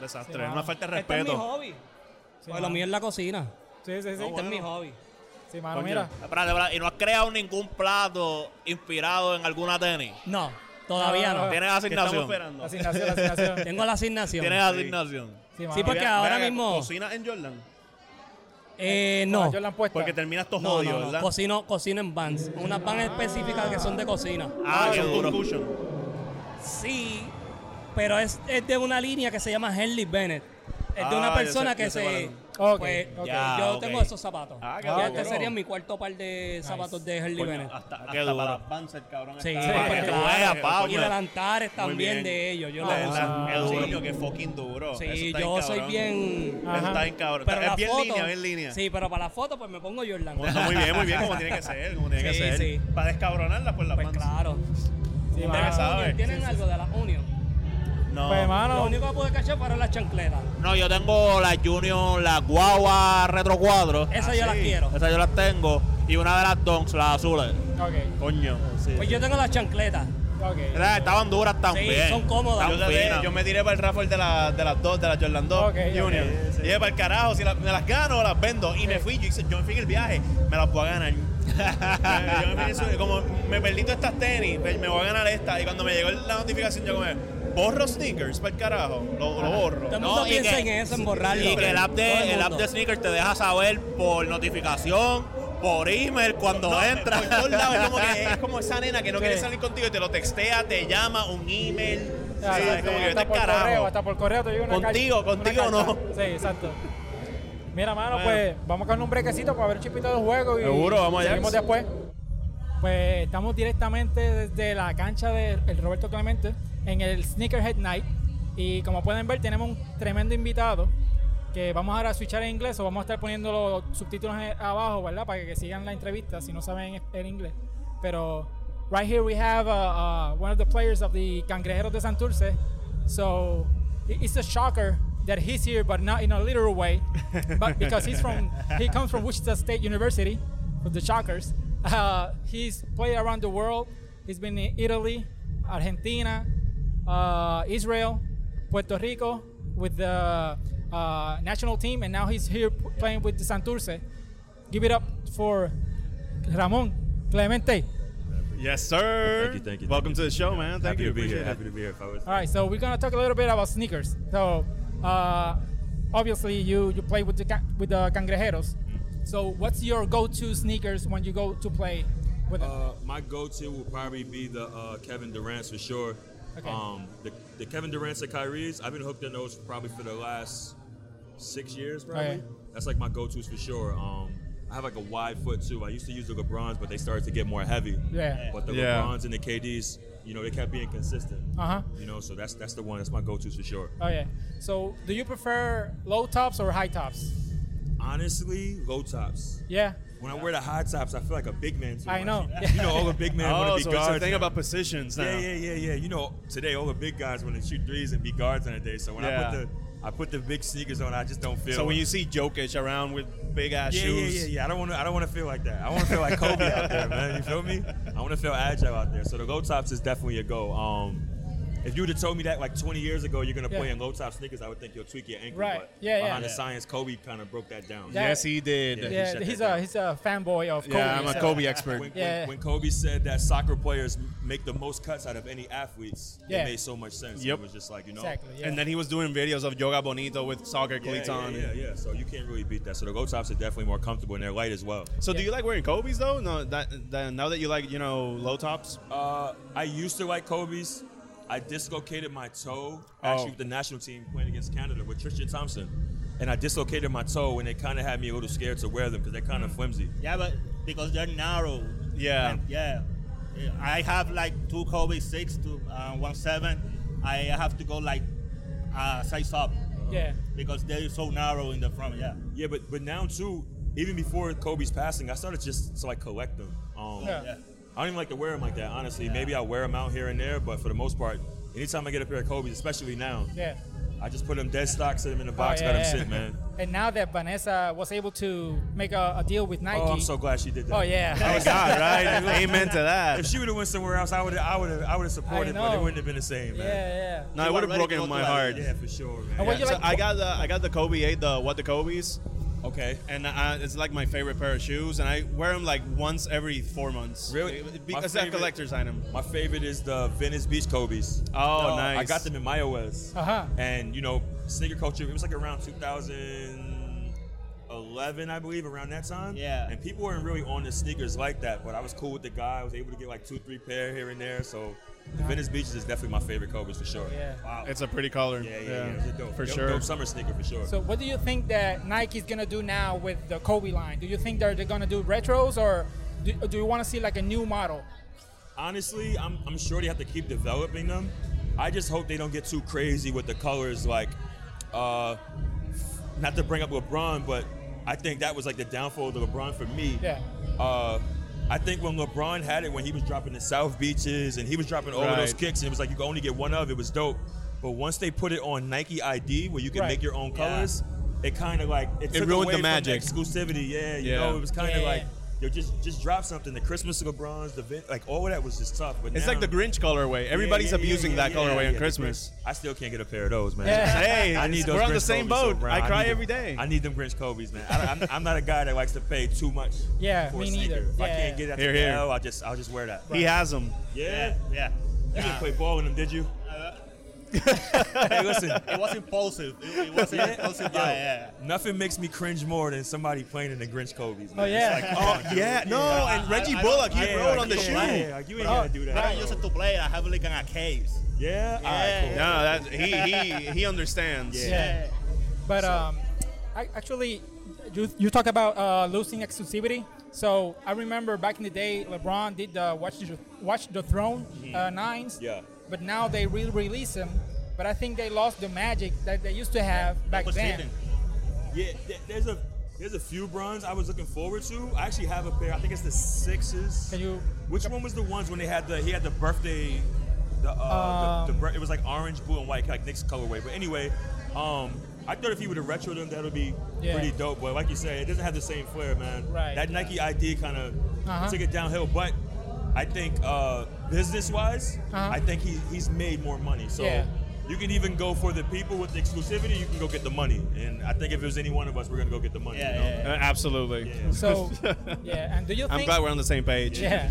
[SPEAKER 2] Desastre.
[SPEAKER 1] mano.
[SPEAKER 2] una falta de
[SPEAKER 4] Este es mi
[SPEAKER 2] respeto.
[SPEAKER 4] hobby.
[SPEAKER 1] Sí,
[SPEAKER 4] Pues lo
[SPEAKER 1] mano.
[SPEAKER 4] mío es la cocina.
[SPEAKER 1] Sí, sí, sí.
[SPEAKER 2] Ah,
[SPEAKER 4] Este es mi hobby.
[SPEAKER 1] Sí, mano,
[SPEAKER 2] Coño.
[SPEAKER 1] mira.
[SPEAKER 3] Espérate, espérate. ¿Y no has creado ningún plato inspirado en alguna tenis?
[SPEAKER 4] No, todavía
[SPEAKER 1] No, no,
[SPEAKER 4] no.
[SPEAKER 2] ¿Qué
[SPEAKER 3] ¿Tienes
[SPEAKER 2] estamos
[SPEAKER 3] asignación?
[SPEAKER 2] esperando?
[SPEAKER 1] La asignación, la asignación.
[SPEAKER 4] Tengo la asignación.
[SPEAKER 3] ¿Tienes asignación?
[SPEAKER 1] Sí, mano.
[SPEAKER 4] Sí, porque
[SPEAKER 2] Mira,
[SPEAKER 4] ahora
[SPEAKER 2] mira,
[SPEAKER 4] mismo.
[SPEAKER 2] ¿Cocinas en Jordan?
[SPEAKER 4] Eh,
[SPEAKER 1] Con la
[SPEAKER 4] no.
[SPEAKER 1] Jordan puesta.
[SPEAKER 2] Porque terminas tus
[SPEAKER 4] No,
[SPEAKER 2] odios,
[SPEAKER 4] Oh, no, no.
[SPEAKER 2] ¿verdad?
[SPEAKER 4] Cocino, cocino en vans. Unas vans específicas que son de cocina.
[SPEAKER 3] Ah, qué
[SPEAKER 2] son
[SPEAKER 3] duro.
[SPEAKER 2] concussion.
[SPEAKER 4] Sí, pero es, es de una línea que se llama Henley Bennett. Es de
[SPEAKER 2] Ah,
[SPEAKER 4] una
[SPEAKER 2] yo
[SPEAKER 4] persona
[SPEAKER 2] sé- yo
[SPEAKER 4] que
[SPEAKER 2] sé
[SPEAKER 4] se.
[SPEAKER 1] cuál es.
[SPEAKER 4] pues,
[SPEAKER 1] Ok, ok.
[SPEAKER 4] yo
[SPEAKER 3] Ya, ok.
[SPEAKER 4] tengo esos zapatos.
[SPEAKER 2] Ah, qué
[SPEAKER 4] Ya este
[SPEAKER 2] duro.
[SPEAKER 4] sería mi cuarto par de zapatos de Henley
[SPEAKER 2] Coño, ah,
[SPEAKER 4] Bennett.
[SPEAKER 2] Hasta,
[SPEAKER 3] Qué
[SPEAKER 2] hasta
[SPEAKER 3] duro.
[SPEAKER 2] para Banzer, cabrón.
[SPEAKER 4] Ah, Sí,
[SPEAKER 2] está-
[SPEAKER 3] para que
[SPEAKER 2] Para
[SPEAKER 3] tú
[SPEAKER 2] que
[SPEAKER 3] veas,
[SPEAKER 2] tú
[SPEAKER 3] Pablo.
[SPEAKER 4] Ah, Y
[SPEAKER 2] coño.
[SPEAKER 4] delantares
[SPEAKER 2] Muy
[SPEAKER 4] también
[SPEAKER 2] bien.
[SPEAKER 4] de ellos. Yo
[SPEAKER 2] De
[SPEAKER 4] los uso.
[SPEAKER 2] verdad,
[SPEAKER 1] Ah,
[SPEAKER 2] es
[SPEAKER 1] sí.
[SPEAKER 2] duro, que fucking duro. Eso
[SPEAKER 4] Sí,
[SPEAKER 2] está
[SPEAKER 4] yo
[SPEAKER 2] bien
[SPEAKER 4] soy
[SPEAKER 2] cabrón.
[SPEAKER 4] bien.
[SPEAKER 2] Eso
[SPEAKER 1] Ajá.
[SPEAKER 2] está bien cabrón.
[SPEAKER 4] Pero
[SPEAKER 2] es
[SPEAKER 4] la
[SPEAKER 2] bien
[SPEAKER 4] foto-
[SPEAKER 2] línea, bien línea.
[SPEAKER 4] Sí, pero para la foto pues me pongo Jordan.
[SPEAKER 2] Bueno, <laughs> muy bien, muy bien, como tiene que ser, como tiene
[SPEAKER 4] Sí,
[SPEAKER 2] que ser.
[SPEAKER 4] sí.
[SPEAKER 2] Para descabronarlas por las
[SPEAKER 4] <laughs> Pues
[SPEAKER 2] Banzer.
[SPEAKER 4] claro.
[SPEAKER 1] Sí,
[SPEAKER 2] Ya que
[SPEAKER 1] mano.
[SPEAKER 2] sabe.
[SPEAKER 4] Union, ¿Tienen algo de la Union?
[SPEAKER 2] No.
[SPEAKER 1] Pues,
[SPEAKER 4] Lo
[SPEAKER 1] mano.
[SPEAKER 4] único que pude cachar fueron las chancletas.
[SPEAKER 3] No, yo tengo la Junior, la Guagua Retro Cuadro.
[SPEAKER 4] Esas
[SPEAKER 2] Ah,
[SPEAKER 4] yo las
[SPEAKER 2] sí.
[SPEAKER 4] quiero.
[SPEAKER 3] Esas yo las tengo. Y una de las Donks, las azules.
[SPEAKER 1] Ok,
[SPEAKER 2] Coño.
[SPEAKER 4] Pues yo tengo las chancletas.
[SPEAKER 1] ok.
[SPEAKER 3] Esas estaban duras también.
[SPEAKER 4] son cómodas.
[SPEAKER 1] Ah,
[SPEAKER 2] Yo,
[SPEAKER 3] Tan
[SPEAKER 2] traté-
[SPEAKER 3] finas.
[SPEAKER 2] yo me tiré para el raffle de, la- de las dos, de las Jordan 2
[SPEAKER 1] Ok,
[SPEAKER 2] Junior.
[SPEAKER 1] ok,
[SPEAKER 2] Y dije, para el carajo, si la- me las gano o las vendo. Y me fui, yo, hice, yo me fui en el viaje, me las voy
[SPEAKER 1] <laughs>
[SPEAKER 2] a ganar. Eh, yo me fui en eso, y como me perdí todas estas tenis, pues, me voy a ganar esta. Y cuando me llegó la notificación, yo como, borro sneakers para el carajo, lo, lo borro.
[SPEAKER 4] Todo el
[SPEAKER 3] No,
[SPEAKER 4] mundo
[SPEAKER 3] y
[SPEAKER 4] piensa
[SPEAKER 3] que-
[SPEAKER 4] en eso, en borrarlo.
[SPEAKER 3] Y que el app,
[SPEAKER 4] Todo
[SPEAKER 3] de, el app
[SPEAKER 4] mundo.
[SPEAKER 3] de sneakers te deja saber por notificación, por email, cuando
[SPEAKER 2] No,
[SPEAKER 3] entras.
[SPEAKER 2] por todos lados, es como
[SPEAKER 3] <laughs>
[SPEAKER 2] que es como esa nena que no quiere salir contigo y te lo textea, te llama, un email.
[SPEAKER 1] Ya,
[SPEAKER 2] ¿sabes?
[SPEAKER 1] sí, sí,
[SPEAKER 2] como que
[SPEAKER 1] hasta
[SPEAKER 2] vete al
[SPEAKER 1] por correo,
[SPEAKER 2] carajo.
[SPEAKER 1] hasta por correo te llega una
[SPEAKER 2] Contigo,
[SPEAKER 1] cal- una
[SPEAKER 2] contigo
[SPEAKER 1] carta.
[SPEAKER 2] no.
[SPEAKER 1] Sí, exacto. Mira, mano,
[SPEAKER 2] Bueno.
[SPEAKER 1] pues vamos a coger un brequecito para ver un chipito del juego y
[SPEAKER 2] Seguro, vamos allá.
[SPEAKER 1] seguimos después. Pues estamos directamente desde la cancha del Roberto Clemente en el Sneakerhead Night y como pueden ver tenemos un tremendo invitado que vamos ahora a switchar en inglés o vamos a estar poniendo los subtítulos en- abajo, ¿verdad? Para que sigan la entrevista si no saben el inglés. Pero right here we have uh, uh, one of the players of the Cangrejeros de Santurce. So i- it's a shocker that he's here, but not in a literal way, but because he's from he comes from Wichita State University, with the Shockers. <laughs> Uh, he's played around the world. He's been in Italy, Argentina, uh, Israel, Puerto Rico with the uh, national team, and now he's here p- playing with the Santurce. Give it up for Ramon Clemente.
[SPEAKER 2] Yes, sir.
[SPEAKER 5] Thank you, thank you,
[SPEAKER 2] Welcome
[SPEAKER 5] thank
[SPEAKER 2] to the show, man. Thank
[SPEAKER 5] Happy
[SPEAKER 2] you.
[SPEAKER 5] to be
[SPEAKER 2] Appreciate
[SPEAKER 5] here.
[SPEAKER 2] it.
[SPEAKER 5] Happy to be here, fellas.
[SPEAKER 1] All right, so we're gonna talk a little bit about sneakers. So, uh, obviously, you you play with the ca- with the Cangrejeros. So, what's your go-to sneakers when you go to play with them?
[SPEAKER 5] Uh, my go-to will probably be the uh, Kevin Durant's for sure.
[SPEAKER 1] Okay.
[SPEAKER 5] Um, the, the Kevin Durant's and Kyrie's, I've been hooked on those probably for the last six years, probably.
[SPEAKER 1] Okay.
[SPEAKER 5] That's like my go-tos for sure. Um, I have like a wide foot too. I used to use the LeBrons, but they started to get more heavy.
[SPEAKER 1] Yeah.
[SPEAKER 5] But the
[SPEAKER 2] Yeah.
[SPEAKER 5] LeBrons and the KDs, you know, they kept being consistent.
[SPEAKER 1] Uh huh.
[SPEAKER 5] You know, so that's that's the one. That's my go-tos for sure.
[SPEAKER 1] Oh yeah. So, do you prefer low tops or high tops?
[SPEAKER 5] Honestly, low tops.
[SPEAKER 1] Yeah.
[SPEAKER 5] When I wear the high tops, I feel like a big man. Too
[SPEAKER 1] I
[SPEAKER 5] much.
[SPEAKER 1] know.
[SPEAKER 5] You know, all the big men want
[SPEAKER 2] Oh,
[SPEAKER 5] to be
[SPEAKER 2] so it's
[SPEAKER 5] guards.
[SPEAKER 2] a thing
[SPEAKER 5] now.
[SPEAKER 2] about positions now.
[SPEAKER 5] Yeah, yeah, yeah, yeah. You know, today all the big guys want to shoot threes and be guards on a day. So when I
[SPEAKER 2] Yeah.
[SPEAKER 5] put the I put the big sneakers on, I just don't feel.
[SPEAKER 2] So when
[SPEAKER 5] it.
[SPEAKER 2] you see Jokic around with big ass
[SPEAKER 5] yeah,
[SPEAKER 2] shoes,
[SPEAKER 5] yeah, yeah, yeah. I don't want to. I don't want to feel like that. I want to feel like Kobe out there, man. You feel me? I want to feel agile out there. So the low tops is definitely a go. Um, if you would have told me that like 20 years ago, you're gonna play
[SPEAKER 1] Yeah.
[SPEAKER 5] in low top sneakers, I would think you'll tweak your ankle.
[SPEAKER 1] Right.
[SPEAKER 5] But
[SPEAKER 1] Yeah, yeah.
[SPEAKER 5] Behind the
[SPEAKER 1] Yeah.
[SPEAKER 5] science, Kobe kind of broke that down.
[SPEAKER 1] Yeah.
[SPEAKER 2] Yes, he did.
[SPEAKER 5] Yeah.
[SPEAKER 1] Yeah,
[SPEAKER 5] shut
[SPEAKER 1] he's
[SPEAKER 5] that
[SPEAKER 1] a
[SPEAKER 5] down.
[SPEAKER 1] he's a fanboy of Kobe.
[SPEAKER 2] Yeah, I'm a
[SPEAKER 1] so-
[SPEAKER 2] Kobe
[SPEAKER 5] When,
[SPEAKER 2] expert.
[SPEAKER 1] Yeah.
[SPEAKER 5] when, when Kobe said that soccer players m- make the most cuts out of any athletes,
[SPEAKER 1] Yeah.
[SPEAKER 5] it made so much sense.
[SPEAKER 2] Yep.
[SPEAKER 5] It was just like you know,
[SPEAKER 1] Exactly. Yeah.
[SPEAKER 2] And then he was doing videos of Yoga Bonito with soccer
[SPEAKER 5] Yeah,
[SPEAKER 2] cleats
[SPEAKER 5] yeah,
[SPEAKER 2] on.
[SPEAKER 5] Yeah, yeah, So you can't really beat that. So the low tops are definitely more comfortable and they're light as well.
[SPEAKER 2] So do
[SPEAKER 1] Yeah.
[SPEAKER 2] you like wearing Kobe's though? No, that, that now that you like you know low tops.
[SPEAKER 5] Uh, I used to like Kobe's. I dislocated my toe
[SPEAKER 2] Oh.
[SPEAKER 5] actually with the national team playing against Canada with Tristan Thompson, and I dislocated my toe and it kind of had me a little scared to wear them because they're kind of flimsy.
[SPEAKER 3] Yeah, but because they're narrow.
[SPEAKER 2] Yeah.
[SPEAKER 3] And yeah. I have like two Kobe six to uh, one seven. I have to go like uh, size up
[SPEAKER 1] Yeah.
[SPEAKER 3] because they're so narrow in the front. Yeah.
[SPEAKER 5] Yeah, but but now too, even before Kobe's passing, I started just to like collect them. Um,
[SPEAKER 1] Yeah.
[SPEAKER 3] Yeah.
[SPEAKER 5] I don't even like to wear them like that, honestly. Maybe I wear them out here and there, but for the most part, anytime I get a pair of Kobe's, especially now,
[SPEAKER 1] Yeah.
[SPEAKER 5] I just put them dead stock, set them in the box,
[SPEAKER 1] Oh,
[SPEAKER 5] let
[SPEAKER 1] yeah,
[SPEAKER 5] them
[SPEAKER 1] yeah.
[SPEAKER 5] sit, man.
[SPEAKER 1] <laughs> And now that Vanessa was able to make a, a deal with Nike.
[SPEAKER 5] Oh, I'm so glad she did that.
[SPEAKER 1] Oh, yeah.
[SPEAKER 2] Thank God,
[SPEAKER 1] <laughs>
[SPEAKER 2] right? Amen to
[SPEAKER 5] <laughs> If
[SPEAKER 2] that.
[SPEAKER 5] she would have went somewhere else, I would, I would have, I would have supported,
[SPEAKER 1] I
[SPEAKER 5] but it
[SPEAKER 1] know.
[SPEAKER 5] wouldn't have been the same,
[SPEAKER 1] yeah,
[SPEAKER 5] man.
[SPEAKER 1] yeah.
[SPEAKER 2] No, it
[SPEAKER 3] You
[SPEAKER 2] would have
[SPEAKER 3] already go
[SPEAKER 2] broken
[SPEAKER 3] to
[SPEAKER 2] my
[SPEAKER 3] that,
[SPEAKER 2] heart.
[SPEAKER 5] Yeah, for sure, man.
[SPEAKER 1] And what
[SPEAKER 2] So
[SPEAKER 1] you like-
[SPEAKER 2] I got the I got the Kobe eight, the what the Kobe's,
[SPEAKER 5] Okay.
[SPEAKER 2] and I, it's like my favorite pair of shoes, and I wear them like once every four months.
[SPEAKER 5] Really? My
[SPEAKER 2] Because that's a
[SPEAKER 5] favorite-
[SPEAKER 2] collector's item.
[SPEAKER 5] My favorite is the Venice Beach Kobe's.
[SPEAKER 2] Oh, nice.
[SPEAKER 5] I got them in my OS.
[SPEAKER 1] Uh-huh.
[SPEAKER 5] And you know, sneaker culture. It was like around 2011, I believe, around that time.
[SPEAKER 3] Yeah.
[SPEAKER 5] And people weren't really on the sneakers like that, but I was cool with the guy. I was able to get like two, three pair here and there. So the Venice Beaches is definitely my favorite Kobe's for sure.
[SPEAKER 1] Yeah.
[SPEAKER 5] Wow.
[SPEAKER 2] It's a pretty color.
[SPEAKER 5] yeah, yeah, yeah. It's a dope,
[SPEAKER 2] For
[SPEAKER 5] dope,
[SPEAKER 2] sure.
[SPEAKER 5] Dope summer sneaker for sure.
[SPEAKER 1] So what do you think that Nike's gonna do now with the Kobe line? Do you think they're, they're gonna do retros or do, do you want to see like a new model?
[SPEAKER 5] honestly, I'm, I'm sure they have to keep developing them. I just hope they don't get too crazy with the colors. Like, uh, not to bring up LeBron, but I think that was like the downfall of LeBron for me.
[SPEAKER 1] Yeah.
[SPEAKER 5] Uh, I think when LeBron had it, when he was dropping the South Beaches and he was dropping all of those
[SPEAKER 2] Right.
[SPEAKER 5] kicks, and it was like you could only get one of, it was dope. But once they put it on Nike ID, where you can
[SPEAKER 1] Right.
[SPEAKER 5] make your own
[SPEAKER 3] Yeah.
[SPEAKER 5] colors, it kind of like it,
[SPEAKER 2] It
[SPEAKER 5] took
[SPEAKER 2] ruined the
[SPEAKER 5] away from
[SPEAKER 2] magic.
[SPEAKER 5] exclusivity. Yeah, you
[SPEAKER 2] Yeah.
[SPEAKER 5] know, it was kind of
[SPEAKER 1] Yeah.
[SPEAKER 5] like yo, just just drop something. The Christmas LeBrons, the Vin- like all of that was just tough. But
[SPEAKER 2] It's
[SPEAKER 5] now-
[SPEAKER 2] like the Grinch colorway.
[SPEAKER 5] Yeah,
[SPEAKER 2] Everybody's
[SPEAKER 5] yeah, yeah,
[SPEAKER 2] abusing
[SPEAKER 5] yeah,
[SPEAKER 2] that
[SPEAKER 5] yeah,
[SPEAKER 2] colorway
[SPEAKER 5] yeah,
[SPEAKER 2] on
[SPEAKER 5] the
[SPEAKER 2] Christmas.
[SPEAKER 5] Grinch- I still can't get a pair of those, man.
[SPEAKER 1] Yeah.
[SPEAKER 2] Hey,
[SPEAKER 5] I need those
[SPEAKER 2] we're on the
[SPEAKER 5] Grinch
[SPEAKER 2] same
[SPEAKER 5] Kobe's,
[SPEAKER 2] boat.
[SPEAKER 5] so, bro,
[SPEAKER 2] I
[SPEAKER 5] need
[SPEAKER 2] cry
[SPEAKER 5] them-
[SPEAKER 2] every day.
[SPEAKER 5] I need them Grinch Kobe's, man. I, I'm, I'm not a guy that likes to pay too
[SPEAKER 3] <laughs>
[SPEAKER 5] much.
[SPEAKER 1] Yeah,
[SPEAKER 5] for a
[SPEAKER 1] me
[SPEAKER 5] sneaker.
[SPEAKER 1] neither.
[SPEAKER 5] If I
[SPEAKER 1] Yeah,
[SPEAKER 5] can't
[SPEAKER 1] yeah.
[SPEAKER 5] get that
[SPEAKER 2] Here,
[SPEAKER 5] here,
[SPEAKER 2] here.
[SPEAKER 5] I'll just I'll just wear that.
[SPEAKER 2] He has them.
[SPEAKER 5] Yeah.
[SPEAKER 3] Yeah.
[SPEAKER 5] You didn't
[SPEAKER 3] Yeah.
[SPEAKER 5] play ball in
[SPEAKER 3] <laughs>
[SPEAKER 5] them, did you?
[SPEAKER 3] Uh,
[SPEAKER 5] hey, listen.
[SPEAKER 3] it was impulsive. It, it was
[SPEAKER 5] Yeah.
[SPEAKER 3] impulsive.
[SPEAKER 5] Yo,
[SPEAKER 3] Yeah, yeah.
[SPEAKER 5] Nothing makes me cringe more than somebody playing in the Grinch Kobe's. Man.
[SPEAKER 1] Oh, yeah.
[SPEAKER 5] It's like, oh,
[SPEAKER 2] <laughs>
[SPEAKER 5] dude.
[SPEAKER 2] Yeah, no,
[SPEAKER 3] I-
[SPEAKER 2] and
[SPEAKER 3] I-
[SPEAKER 2] Reggie
[SPEAKER 3] I don't-
[SPEAKER 2] Bullock, he
[SPEAKER 3] yeah,
[SPEAKER 2] rode
[SPEAKER 5] like,
[SPEAKER 2] on the
[SPEAKER 5] you
[SPEAKER 2] shoe.
[SPEAKER 5] don't lie. Like, you ain't gotta do that.
[SPEAKER 3] But I used to play. I have like an case.
[SPEAKER 5] Yeah. All right, cool.
[SPEAKER 2] No, that he he he understands.
[SPEAKER 5] Yeah.
[SPEAKER 1] But um, I, actually, you, you talk about uh, losing exclusivity. So I remember back in the day, LeBron did the Watch the, Watch the Throne uh, nines.
[SPEAKER 5] Yeah.
[SPEAKER 1] But now they re-release them. But I think they lost the magic that they used to have back
[SPEAKER 3] was
[SPEAKER 1] then.
[SPEAKER 3] hidden.
[SPEAKER 5] Yeah, th- there's a there's a few bronze I was looking forward to. I actually have a pair. I think it's the sixes.
[SPEAKER 1] Can you?
[SPEAKER 5] Which one was the ones when they had the he had the birthday, the, uh, the, the
[SPEAKER 1] Um,
[SPEAKER 5] bir- it was like orange, blue, and white, like Nick's colorway. But anyway, um, I thought if he would have retro them, that would be
[SPEAKER 1] Yeah.
[SPEAKER 5] pretty dope. But like you said, it doesn't have the same flair, man.
[SPEAKER 1] Right,
[SPEAKER 5] That
[SPEAKER 1] yeah.
[SPEAKER 5] Nike ID kind of
[SPEAKER 1] Uh-huh.
[SPEAKER 5] took it downhill. But I think uh, business wise,
[SPEAKER 1] Uh-huh.
[SPEAKER 5] I think he, he's made more money. So
[SPEAKER 1] Yeah.
[SPEAKER 5] you can even go for the people with the exclusivity. You can go get the money. And I think if it was any one of us, we're gonna go get the money.
[SPEAKER 3] Yeah,
[SPEAKER 5] you know?
[SPEAKER 3] yeah, yeah.
[SPEAKER 6] Uh, Absolutely.
[SPEAKER 1] So, yeah, and do you
[SPEAKER 6] I'm
[SPEAKER 1] think?
[SPEAKER 6] glad we're on the same page.
[SPEAKER 1] <laughs> yeah.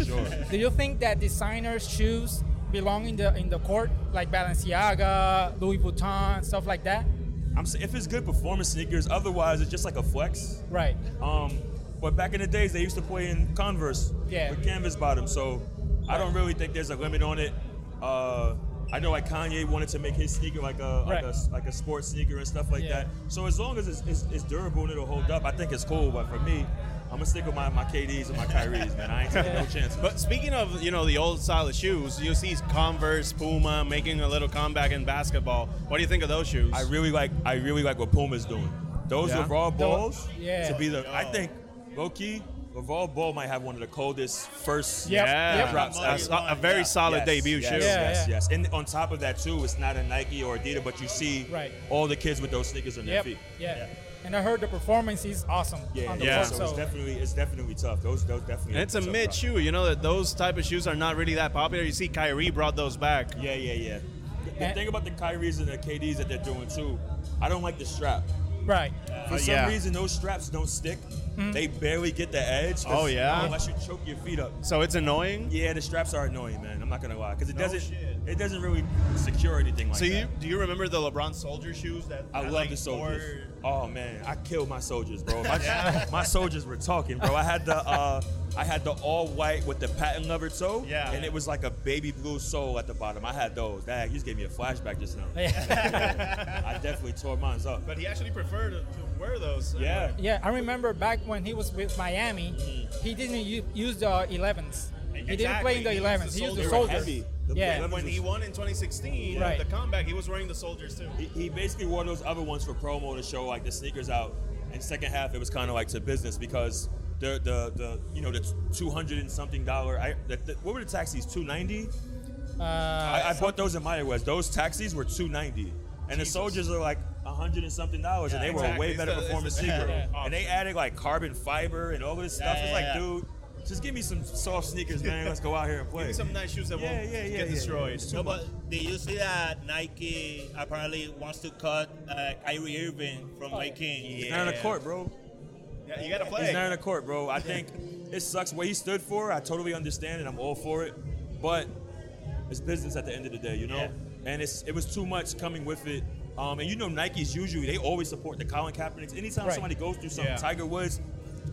[SPEAKER 1] Do you think that designers' shoes belong in the in the court, like Balenciaga, Louis Vuitton, stuff like that?
[SPEAKER 5] I'm s- if it's good performance sneakers, otherwise it's just like a flex.
[SPEAKER 1] Right.
[SPEAKER 5] Um, but back in the days, they used to play in Converse
[SPEAKER 1] Yeah.
[SPEAKER 5] with canvas bottoms. So I don't really think there's a limit on it. Uh, I know like Kanye wanted to make his sneaker like a like
[SPEAKER 1] Right.
[SPEAKER 5] a like a sports sneaker and stuff like
[SPEAKER 1] Yeah.
[SPEAKER 5] that. So as long as it's, it's, it's durable and it'll hold up, I think it's cool. But for me, I'm gonna stick with my, my KDs and my Kyries, man. I ain't
[SPEAKER 1] <laughs>
[SPEAKER 5] taking no chances.
[SPEAKER 6] But speaking of you know the old style of shoes, you see Converse, Puma making a little comeback in basketball. What do you think of those shoes?
[SPEAKER 5] I really like I really like what Puma's doing. Those
[SPEAKER 6] Yeah? Oh.
[SPEAKER 5] Laval balls
[SPEAKER 1] yeah.
[SPEAKER 5] to be the I think low key Laval ball might have one of the coldest first
[SPEAKER 1] Yep,
[SPEAKER 6] yeah,
[SPEAKER 1] yep.
[SPEAKER 5] drops
[SPEAKER 6] A,
[SPEAKER 5] ever.
[SPEAKER 6] so- a very solid
[SPEAKER 5] Yes,
[SPEAKER 6] debut
[SPEAKER 5] yes,
[SPEAKER 6] shoe.
[SPEAKER 1] Yeah.
[SPEAKER 5] Yes, yes. And on top of that too, it's not a Nike or Adidas, but you see
[SPEAKER 1] Right.
[SPEAKER 5] all the kids with those sneakers on their
[SPEAKER 1] Yep.
[SPEAKER 5] feet.
[SPEAKER 1] Yeah. And I heard the performance is awesome
[SPEAKER 5] Yeah,
[SPEAKER 1] on the
[SPEAKER 5] yeah.
[SPEAKER 1] court.
[SPEAKER 5] So it's
[SPEAKER 1] So,
[SPEAKER 5] definitely it's definitely tough. Those those definitely.
[SPEAKER 6] And it's a
[SPEAKER 5] tough
[SPEAKER 6] mid
[SPEAKER 5] drop.
[SPEAKER 6] shoe. You know that those type of shoes are not really that popular. You see Kyrie brought those back.
[SPEAKER 5] Yeah, yeah, yeah. The- The
[SPEAKER 1] And-
[SPEAKER 5] thing about the Kyries and the KDs that they're doing too, I don't like the strap.
[SPEAKER 1] right.
[SPEAKER 5] For some
[SPEAKER 6] Uh, yeah.
[SPEAKER 5] reason, those straps don't stick.
[SPEAKER 6] Mm-hmm.
[SPEAKER 5] They barely get the edge. 'cause-
[SPEAKER 6] Oh, yeah?
[SPEAKER 5] Unless you choke your feet up.
[SPEAKER 6] So it's annoying.
[SPEAKER 5] Yeah, the straps are annoying, man. I'm not gonna lie, because it doesn't it doesn't really secure anything like
[SPEAKER 6] So you
[SPEAKER 5] that.
[SPEAKER 6] do you remember the LeBron soldier shoes that
[SPEAKER 5] I
[SPEAKER 6] had,
[SPEAKER 5] love
[SPEAKER 6] like,
[SPEAKER 5] the soldiers.
[SPEAKER 6] four-
[SPEAKER 5] Oh man, I killed my soldiers,
[SPEAKER 6] <laughs>
[SPEAKER 5] bro. My, my soldiers were talking, bro. I had the uh, I had the all white with the patent leather toe,
[SPEAKER 6] Yeah.
[SPEAKER 5] and it was like a baby blue sole at the bottom. I had those. Dang, you just gave me a flashback
[SPEAKER 6] <laughs>
[SPEAKER 5] just now. I definitely tore mine up.
[SPEAKER 6] But he actually preferred to wear those.
[SPEAKER 5] yeah,
[SPEAKER 1] <laughs> Yeah, I remember back when he was with Miami, he didn't u- use the 11s. He didn't play in the
[SPEAKER 6] Exactly. He used
[SPEAKER 1] 11s.
[SPEAKER 6] the
[SPEAKER 1] He used the
[SPEAKER 6] soldier.
[SPEAKER 5] They were
[SPEAKER 1] soldiers.
[SPEAKER 5] heavy. The-
[SPEAKER 1] yeah.
[SPEAKER 5] the-
[SPEAKER 6] When he won in 2016,
[SPEAKER 1] Right.
[SPEAKER 6] the comeback, he was wearing the soldiers too.
[SPEAKER 5] he, he basically wore those other ones for promo to show like the sneakers out. And second half, it was kind of like to business because the the the you know the two hundred and something dollar. I the, the, what were the taxis? Two ninety.
[SPEAKER 1] Uh,
[SPEAKER 5] I, I bought those in my West. Those taxis were two ninety, and the soldiers are like hundred and something dollars, and they were
[SPEAKER 6] exactly.
[SPEAKER 5] a way
[SPEAKER 6] It's
[SPEAKER 5] better
[SPEAKER 6] the- it's
[SPEAKER 5] performance
[SPEAKER 6] the-
[SPEAKER 5] sneaker.
[SPEAKER 6] yeah.
[SPEAKER 5] And they added like carbon fiber and all this stuff.
[SPEAKER 6] Yeah,
[SPEAKER 5] it's
[SPEAKER 6] yeah,
[SPEAKER 5] like,
[SPEAKER 6] yeah.
[SPEAKER 5] dude, just give me some soft sneakers, man. Let's go out here and play.
[SPEAKER 6] Give me some nice shoes that
[SPEAKER 5] Yeah,
[SPEAKER 6] won't
[SPEAKER 5] yeah, yeah,
[SPEAKER 6] get
[SPEAKER 5] yeah.
[SPEAKER 6] destroyed.
[SPEAKER 5] It's
[SPEAKER 3] No, but did you see that Nike apparently wants to cut uh, Kyrie Irving from making?
[SPEAKER 5] He's not on the court, bro.
[SPEAKER 6] Yeah, you gotta
[SPEAKER 5] He's
[SPEAKER 6] play.
[SPEAKER 5] not in the court, bro. I think it sucks what he stood for. I totally understand and I'm all for it. But it's business at the end of the day, you know?
[SPEAKER 3] Yeah.
[SPEAKER 5] And it's it was too much coming with it. Um, and you know Nike's usually they always support the Colin Kaepernicks. Anytime
[SPEAKER 1] Right.
[SPEAKER 5] somebody goes through something,
[SPEAKER 6] Yeah.
[SPEAKER 5] Tiger Woods,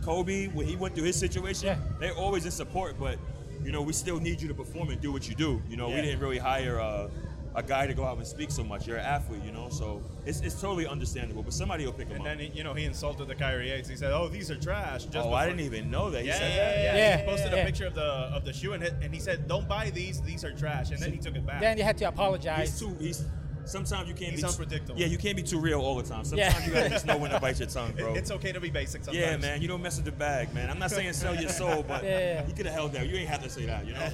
[SPEAKER 5] Kobe, when he went through his situation,
[SPEAKER 1] Yeah.
[SPEAKER 5] they're always in support, but you know, we still need you to perform and do what you do. You know, we didn't really hire a, a guy to go out and speak so much. You're an athlete, you know, so it's, it's totally understandable. But somebody will pick him
[SPEAKER 6] And
[SPEAKER 5] up.
[SPEAKER 6] then he, you know he insulted the Kyrie Yates. He said, "Oh, these are trash." Just
[SPEAKER 5] oh, I
[SPEAKER 6] before-
[SPEAKER 5] didn't even know that he
[SPEAKER 6] Yeah,
[SPEAKER 5] said
[SPEAKER 6] yeah,
[SPEAKER 5] that.
[SPEAKER 6] yeah, yeah.
[SPEAKER 1] Yeah,
[SPEAKER 6] He posted
[SPEAKER 1] yeah.
[SPEAKER 6] a picture of the of the shoe and, hit, and he said, "Don't buy these. These are trash." And then he took it back.
[SPEAKER 1] then you had to
[SPEAKER 5] He's
[SPEAKER 1] apologize.
[SPEAKER 5] too. He's sometimes you can't.
[SPEAKER 6] He's
[SPEAKER 5] be too-
[SPEAKER 6] unpredictable.
[SPEAKER 5] Yeah, you can't be too real all the time.
[SPEAKER 1] Yeah.
[SPEAKER 5] Sometimes you gotta just know when to bite your tongue,
[SPEAKER 6] It-
[SPEAKER 5] bro.
[SPEAKER 6] it's okay to be basic sometimes. <laughs>
[SPEAKER 5] yeah, man, you don't mess with the bag, man. I'm not saying sell your soul, but
[SPEAKER 1] Yeah.
[SPEAKER 5] you could have held that. You ain't have to say that,
[SPEAKER 6] <laughs>
[SPEAKER 5] you know.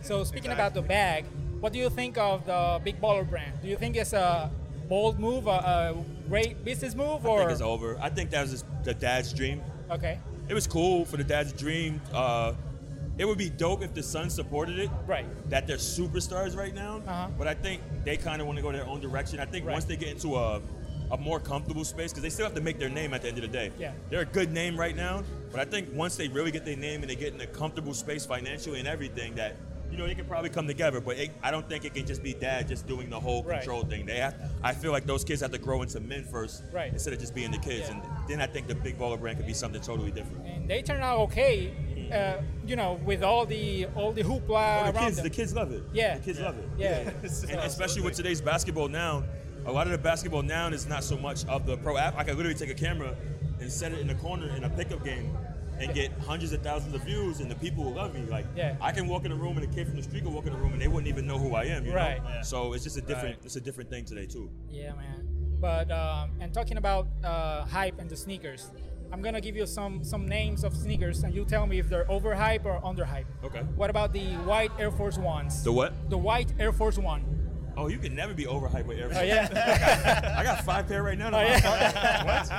[SPEAKER 1] So speaking about the bag, what do you think of the Big Baller brand? Do you think it's a bold move, a, a great business move,
[SPEAKER 5] I
[SPEAKER 1] or
[SPEAKER 5] think it's over. I think that was just the dad's dream.
[SPEAKER 1] okay?
[SPEAKER 5] It was cool for the dad's dream. Uh, it would be dope if the son supported it.
[SPEAKER 1] Right.
[SPEAKER 5] That they're superstars right now.
[SPEAKER 1] Uh-huh.
[SPEAKER 5] But I think they kind of want to go their own direction. I think
[SPEAKER 1] Right.
[SPEAKER 5] once they get into a, a more comfortable space, because they still have to make their name at the end of the day.
[SPEAKER 1] Yeah.
[SPEAKER 5] They're a good name right now. But I think once they really get their name and they get in a comfortable space financially and everything, that, you know, they can probably come together. But it, I don't think it can just be dad just doing the whole
[SPEAKER 1] Right.
[SPEAKER 5] control thing. They have, I feel like those kids have to grow into men first
[SPEAKER 1] Right.
[SPEAKER 5] instead of just being the kids.
[SPEAKER 1] Yeah.
[SPEAKER 5] And then I think the big baller brand could be something totally different.
[SPEAKER 1] And they turned out okay, uh, you know, with all the all the hoopla
[SPEAKER 5] Oh, the
[SPEAKER 1] around
[SPEAKER 5] kids,
[SPEAKER 1] them.
[SPEAKER 5] the kids love it.
[SPEAKER 1] Yeah.
[SPEAKER 5] the kids love it.
[SPEAKER 1] Yeah,
[SPEAKER 5] and especially with today's basketball now, a lot of the basketball now is not so much of the pro app. I could literally take a camera and set it in the corner in a pickup game and get hundreds of thousands of views, and the people will love me. Like,
[SPEAKER 1] Yeah.
[SPEAKER 5] I can walk in a room and a kid from the street can walk in a room and they wouldn't even know who I am. You
[SPEAKER 1] Right.
[SPEAKER 5] Know? So it's just a different, it's a different thing today too.
[SPEAKER 1] yeah, man. But um, and talking about uh, hype and the sneakers, I'm gonna give you some some names of sneakers, and you tell me if they're overhype or underhype.
[SPEAKER 5] Okay.
[SPEAKER 1] What about the white Air Force Ones?
[SPEAKER 5] The what?
[SPEAKER 1] The white Air Force One.
[SPEAKER 5] Oh, you can never be overhyped with Air Force.
[SPEAKER 1] Oh, yeah.
[SPEAKER 5] I got five pair right now.
[SPEAKER 1] Oh, yeah.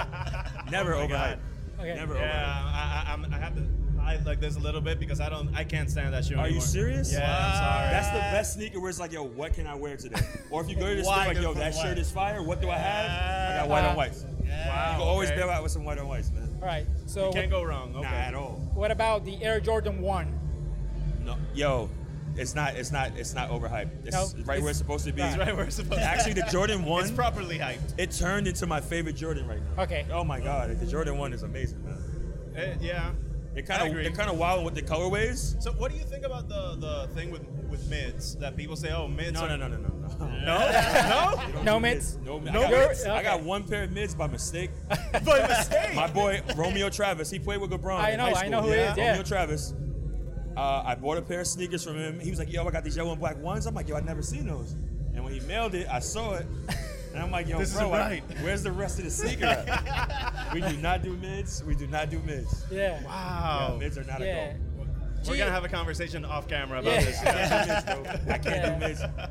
[SPEAKER 5] Never overhyped.
[SPEAKER 1] Okay.
[SPEAKER 5] Never
[SPEAKER 6] Yeah,
[SPEAKER 5] overhyped.
[SPEAKER 6] I, I, I'm, I have to hide like this a little bit because I don't, I can't stand that shoe.
[SPEAKER 5] Are you
[SPEAKER 6] anymore.
[SPEAKER 5] serious?
[SPEAKER 6] Yeah, I'm sorry.
[SPEAKER 5] That's the best sneaker where it's like, yo, what can I wear today? Or if you go
[SPEAKER 6] <laughs>
[SPEAKER 5] to the store,
[SPEAKER 2] Why
[SPEAKER 5] like,
[SPEAKER 2] go
[SPEAKER 5] yo,
[SPEAKER 2] for
[SPEAKER 5] that
[SPEAKER 2] white?
[SPEAKER 5] shirt is fire. What do I have? I got white on whites.
[SPEAKER 2] Yeah.
[SPEAKER 5] You can always
[SPEAKER 6] okay.
[SPEAKER 5] bail out with some white on whites, man.
[SPEAKER 1] All right. So,
[SPEAKER 6] Can't go wrong. oh, Okay.
[SPEAKER 5] Nah, at all.
[SPEAKER 1] what about the Air Jordan One?
[SPEAKER 5] No, yo, it's not, it's not, it's not overhyped. It's
[SPEAKER 1] No,
[SPEAKER 5] right
[SPEAKER 1] it's-
[SPEAKER 5] where it's supposed to be.
[SPEAKER 1] It's
[SPEAKER 6] Right where it's supposed.
[SPEAKER 5] Actually,
[SPEAKER 6] <laughs>
[SPEAKER 5] the Jordan one,
[SPEAKER 6] it's properly hyped.
[SPEAKER 5] it turned into my favorite Jordan right now.
[SPEAKER 1] Okay.
[SPEAKER 5] Oh my god, the Jordan one is amazing, man.
[SPEAKER 6] Eh, yeah.
[SPEAKER 5] It
[SPEAKER 6] I
[SPEAKER 5] kind of,
[SPEAKER 6] agree.
[SPEAKER 5] they're kind of wild with the colorways.
[SPEAKER 6] So, what do you think about the the thing with with mids that people say, oh, mids?
[SPEAKER 5] No,
[SPEAKER 6] are,
[SPEAKER 5] no, no, no, no,
[SPEAKER 1] <laughs>
[SPEAKER 5] no.
[SPEAKER 6] no,
[SPEAKER 5] They don't
[SPEAKER 1] No
[SPEAKER 5] do
[SPEAKER 1] mitts?
[SPEAKER 5] No, no
[SPEAKER 1] No
[SPEAKER 5] I got,
[SPEAKER 1] mitts?
[SPEAKER 5] I got
[SPEAKER 1] Okay.
[SPEAKER 5] one pair of mids
[SPEAKER 1] <laughs>
[SPEAKER 5] by mistake.
[SPEAKER 6] no. By mistake.
[SPEAKER 5] My boy Romeo Travis, he played with LeBron.
[SPEAKER 1] I
[SPEAKER 5] in
[SPEAKER 1] know,
[SPEAKER 5] high
[SPEAKER 1] I
[SPEAKER 5] school.
[SPEAKER 1] know who he is, yeah.
[SPEAKER 5] Romeo Travis. Uh, I bought a pair of sneakers from him. He was like, "Yo, I got these yellow and black ones." I'm like, "Yo, I've never seen those." And when he mailed it, I saw it, and I'm like, "Yo,
[SPEAKER 6] This
[SPEAKER 5] bro,
[SPEAKER 6] isn't
[SPEAKER 5] I-
[SPEAKER 6] right."
[SPEAKER 5] <laughs> where's the rest of the
[SPEAKER 1] <laughs>
[SPEAKER 5] sneaker?" at? we do not do mids. We do not do mids.
[SPEAKER 1] Yeah.
[SPEAKER 5] Yeah,
[SPEAKER 6] Wow.
[SPEAKER 5] mids are not
[SPEAKER 1] Oh. Yeah.
[SPEAKER 5] a goal.
[SPEAKER 6] We're
[SPEAKER 1] Gee.
[SPEAKER 6] gonna have a conversation off camera about
[SPEAKER 1] Yeah.
[SPEAKER 6] this.
[SPEAKER 5] <laughs> I can't do mids, bro. I can't do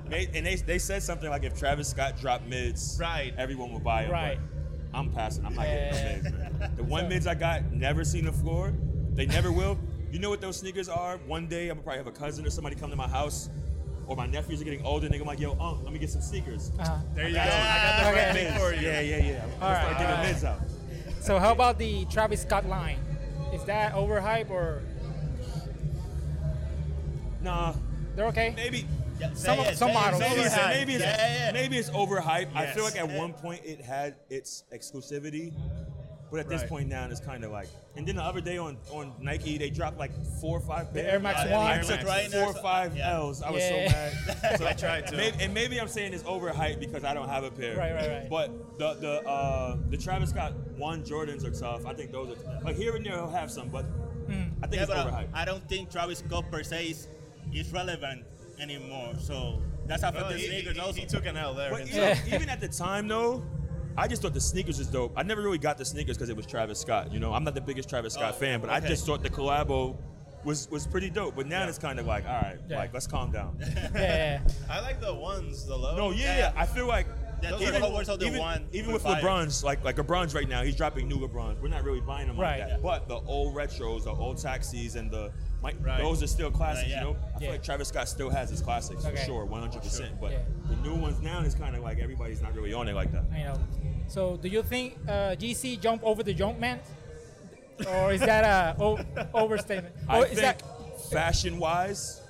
[SPEAKER 1] <laughs> Yeah.
[SPEAKER 5] mids. They- And they, they said something like, "If Travis Scott dropped mids,
[SPEAKER 6] Right.
[SPEAKER 5] everyone would buy them."
[SPEAKER 1] Right.
[SPEAKER 5] I'm passing. I'm not
[SPEAKER 1] Yeah.
[SPEAKER 5] getting no mids, man. The one mids I got, never seen the floor. They never will. You know what those sneakers are? One day I'm gonna probably have a cousin or somebody come to my house, or my nephews are getting older, and they're gonna be like, yo, um, let me get some sneakers.
[SPEAKER 1] Uh-huh.
[SPEAKER 6] There you
[SPEAKER 5] I
[SPEAKER 6] go. I
[SPEAKER 5] got you.
[SPEAKER 6] got the right
[SPEAKER 1] <laughs> Okay.
[SPEAKER 6] thing for you.
[SPEAKER 5] Yeah, yeah, yeah. I'm
[SPEAKER 1] All
[SPEAKER 5] gonna start
[SPEAKER 1] right.
[SPEAKER 5] giving
[SPEAKER 1] All right.
[SPEAKER 5] mids out.
[SPEAKER 1] So, how about the Travis Scott line? Is that overhype or
[SPEAKER 5] Nah,
[SPEAKER 1] they're okay?
[SPEAKER 5] maybe.
[SPEAKER 1] Some of- some models.
[SPEAKER 5] Maybe it's,
[SPEAKER 2] overhyped.
[SPEAKER 5] maybe, it's,
[SPEAKER 2] Yeah, yeah.
[SPEAKER 5] maybe it's overhyped. I feel
[SPEAKER 2] Yes.
[SPEAKER 5] like at one point it had its exclusivity, but at this
[SPEAKER 6] Right.
[SPEAKER 5] point now it's kind of like. And then the other day on, on Nike, they dropped like four or five
[SPEAKER 1] The
[SPEAKER 5] pairs.
[SPEAKER 1] Air Max
[SPEAKER 2] Yeah, the
[SPEAKER 1] One.
[SPEAKER 5] I
[SPEAKER 2] Air
[SPEAKER 5] took
[SPEAKER 2] Max. Right,
[SPEAKER 5] four or
[SPEAKER 2] there's-
[SPEAKER 5] five
[SPEAKER 2] yeah.
[SPEAKER 5] L's. I was
[SPEAKER 1] Yeah.
[SPEAKER 2] <laughs>
[SPEAKER 5] so mad. So
[SPEAKER 6] I tried to.
[SPEAKER 5] Maybe, and maybe I'm saying it's overhyped because I don't have a pair.
[SPEAKER 1] Right, right, right.
[SPEAKER 5] But the the uh, the Travis Scott one Jordans are tough. I think those are like here and there he'll have some, but I think
[SPEAKER 7] Yeah,
[SPEAKER 5] it's
[SPEAKER 7] but I-
[SPEAKER 5] overhyped.
[SPEAKER 7] I don't think Travis Scott per se is, is relevant anymore. So that's affected
[SPEAKER 6] Well, he,
[SPEAKER 7] sneakers
[SPEAKER 6] he-
[SPEAKER 7] also.
[SPEAKER 6] he took an L there.
[SPEAKER 5] But
[SPEAKER 6] himself.
[SPEAKER 5] even, even at the time though, I just thought the sneakers was dope. I never really got the sneakers because it was Travis Scott. You know, I'm not the biggest Travis Scott fan, but I
[SPEAKER 7] okay.
[SPEAKER 5] just thought the collabo was was pretty dope. But now it's kind of like, all right,
[SPEAKER 1] Yeah.
[SPEAKER 5] like let's calm down.
[SPEAKER 1] Yeah, yeah, yeah.
[SPEAKER 6] I like the ones, the low.
[SPEAKER 5] no, yeah, yeah. I feel like.
[SPEAKER 7] Yeah, those are always on the
[SPEAKER 5] even,
[SPEAKER 7] one
[SPEAKER 5] even
[SPEAKER 7] with
[SPEAKER 5] with
[SPEAKER 7] fire.
[SPEAKER 5] LeBron's, like like LeBron's right now, he's dropping new LeBron's. We're not really buying them
[SPEAKER 1] Right.
[SPEAKER 5] like that. But the old retros, the old taxis, and the my,
[SPEAKER 6] Right.
[SPEAKER 5] those are still
[SPEAKER 7] Right,
[SPEAKER 5] classics.
[SPEAKER 7] yeah.
[SPEAKER 5] You know, I feel
[SPEAKER 1] Yeah.
[SPEAKER 5] like Travis Scott still has his classics for
[SPEAKER 1] Okay.
[SPEAKER 5] sure, one hundred percent. But
[SPEAKER 1] Yeah.
[SPEAKER 5] the new ones now is kind of like everybody's not really on it like that.
[SPEAKER 1] I know. So, do you think uh, GC jump over the jump man? Or is that a o- overstatement?
[SPEAKER 5] I
[SPEAKER 1] Or
[SPEAKER 5] think
[SPEAKER 1] Oh, is that
[SPEAKER 5] fashion wise,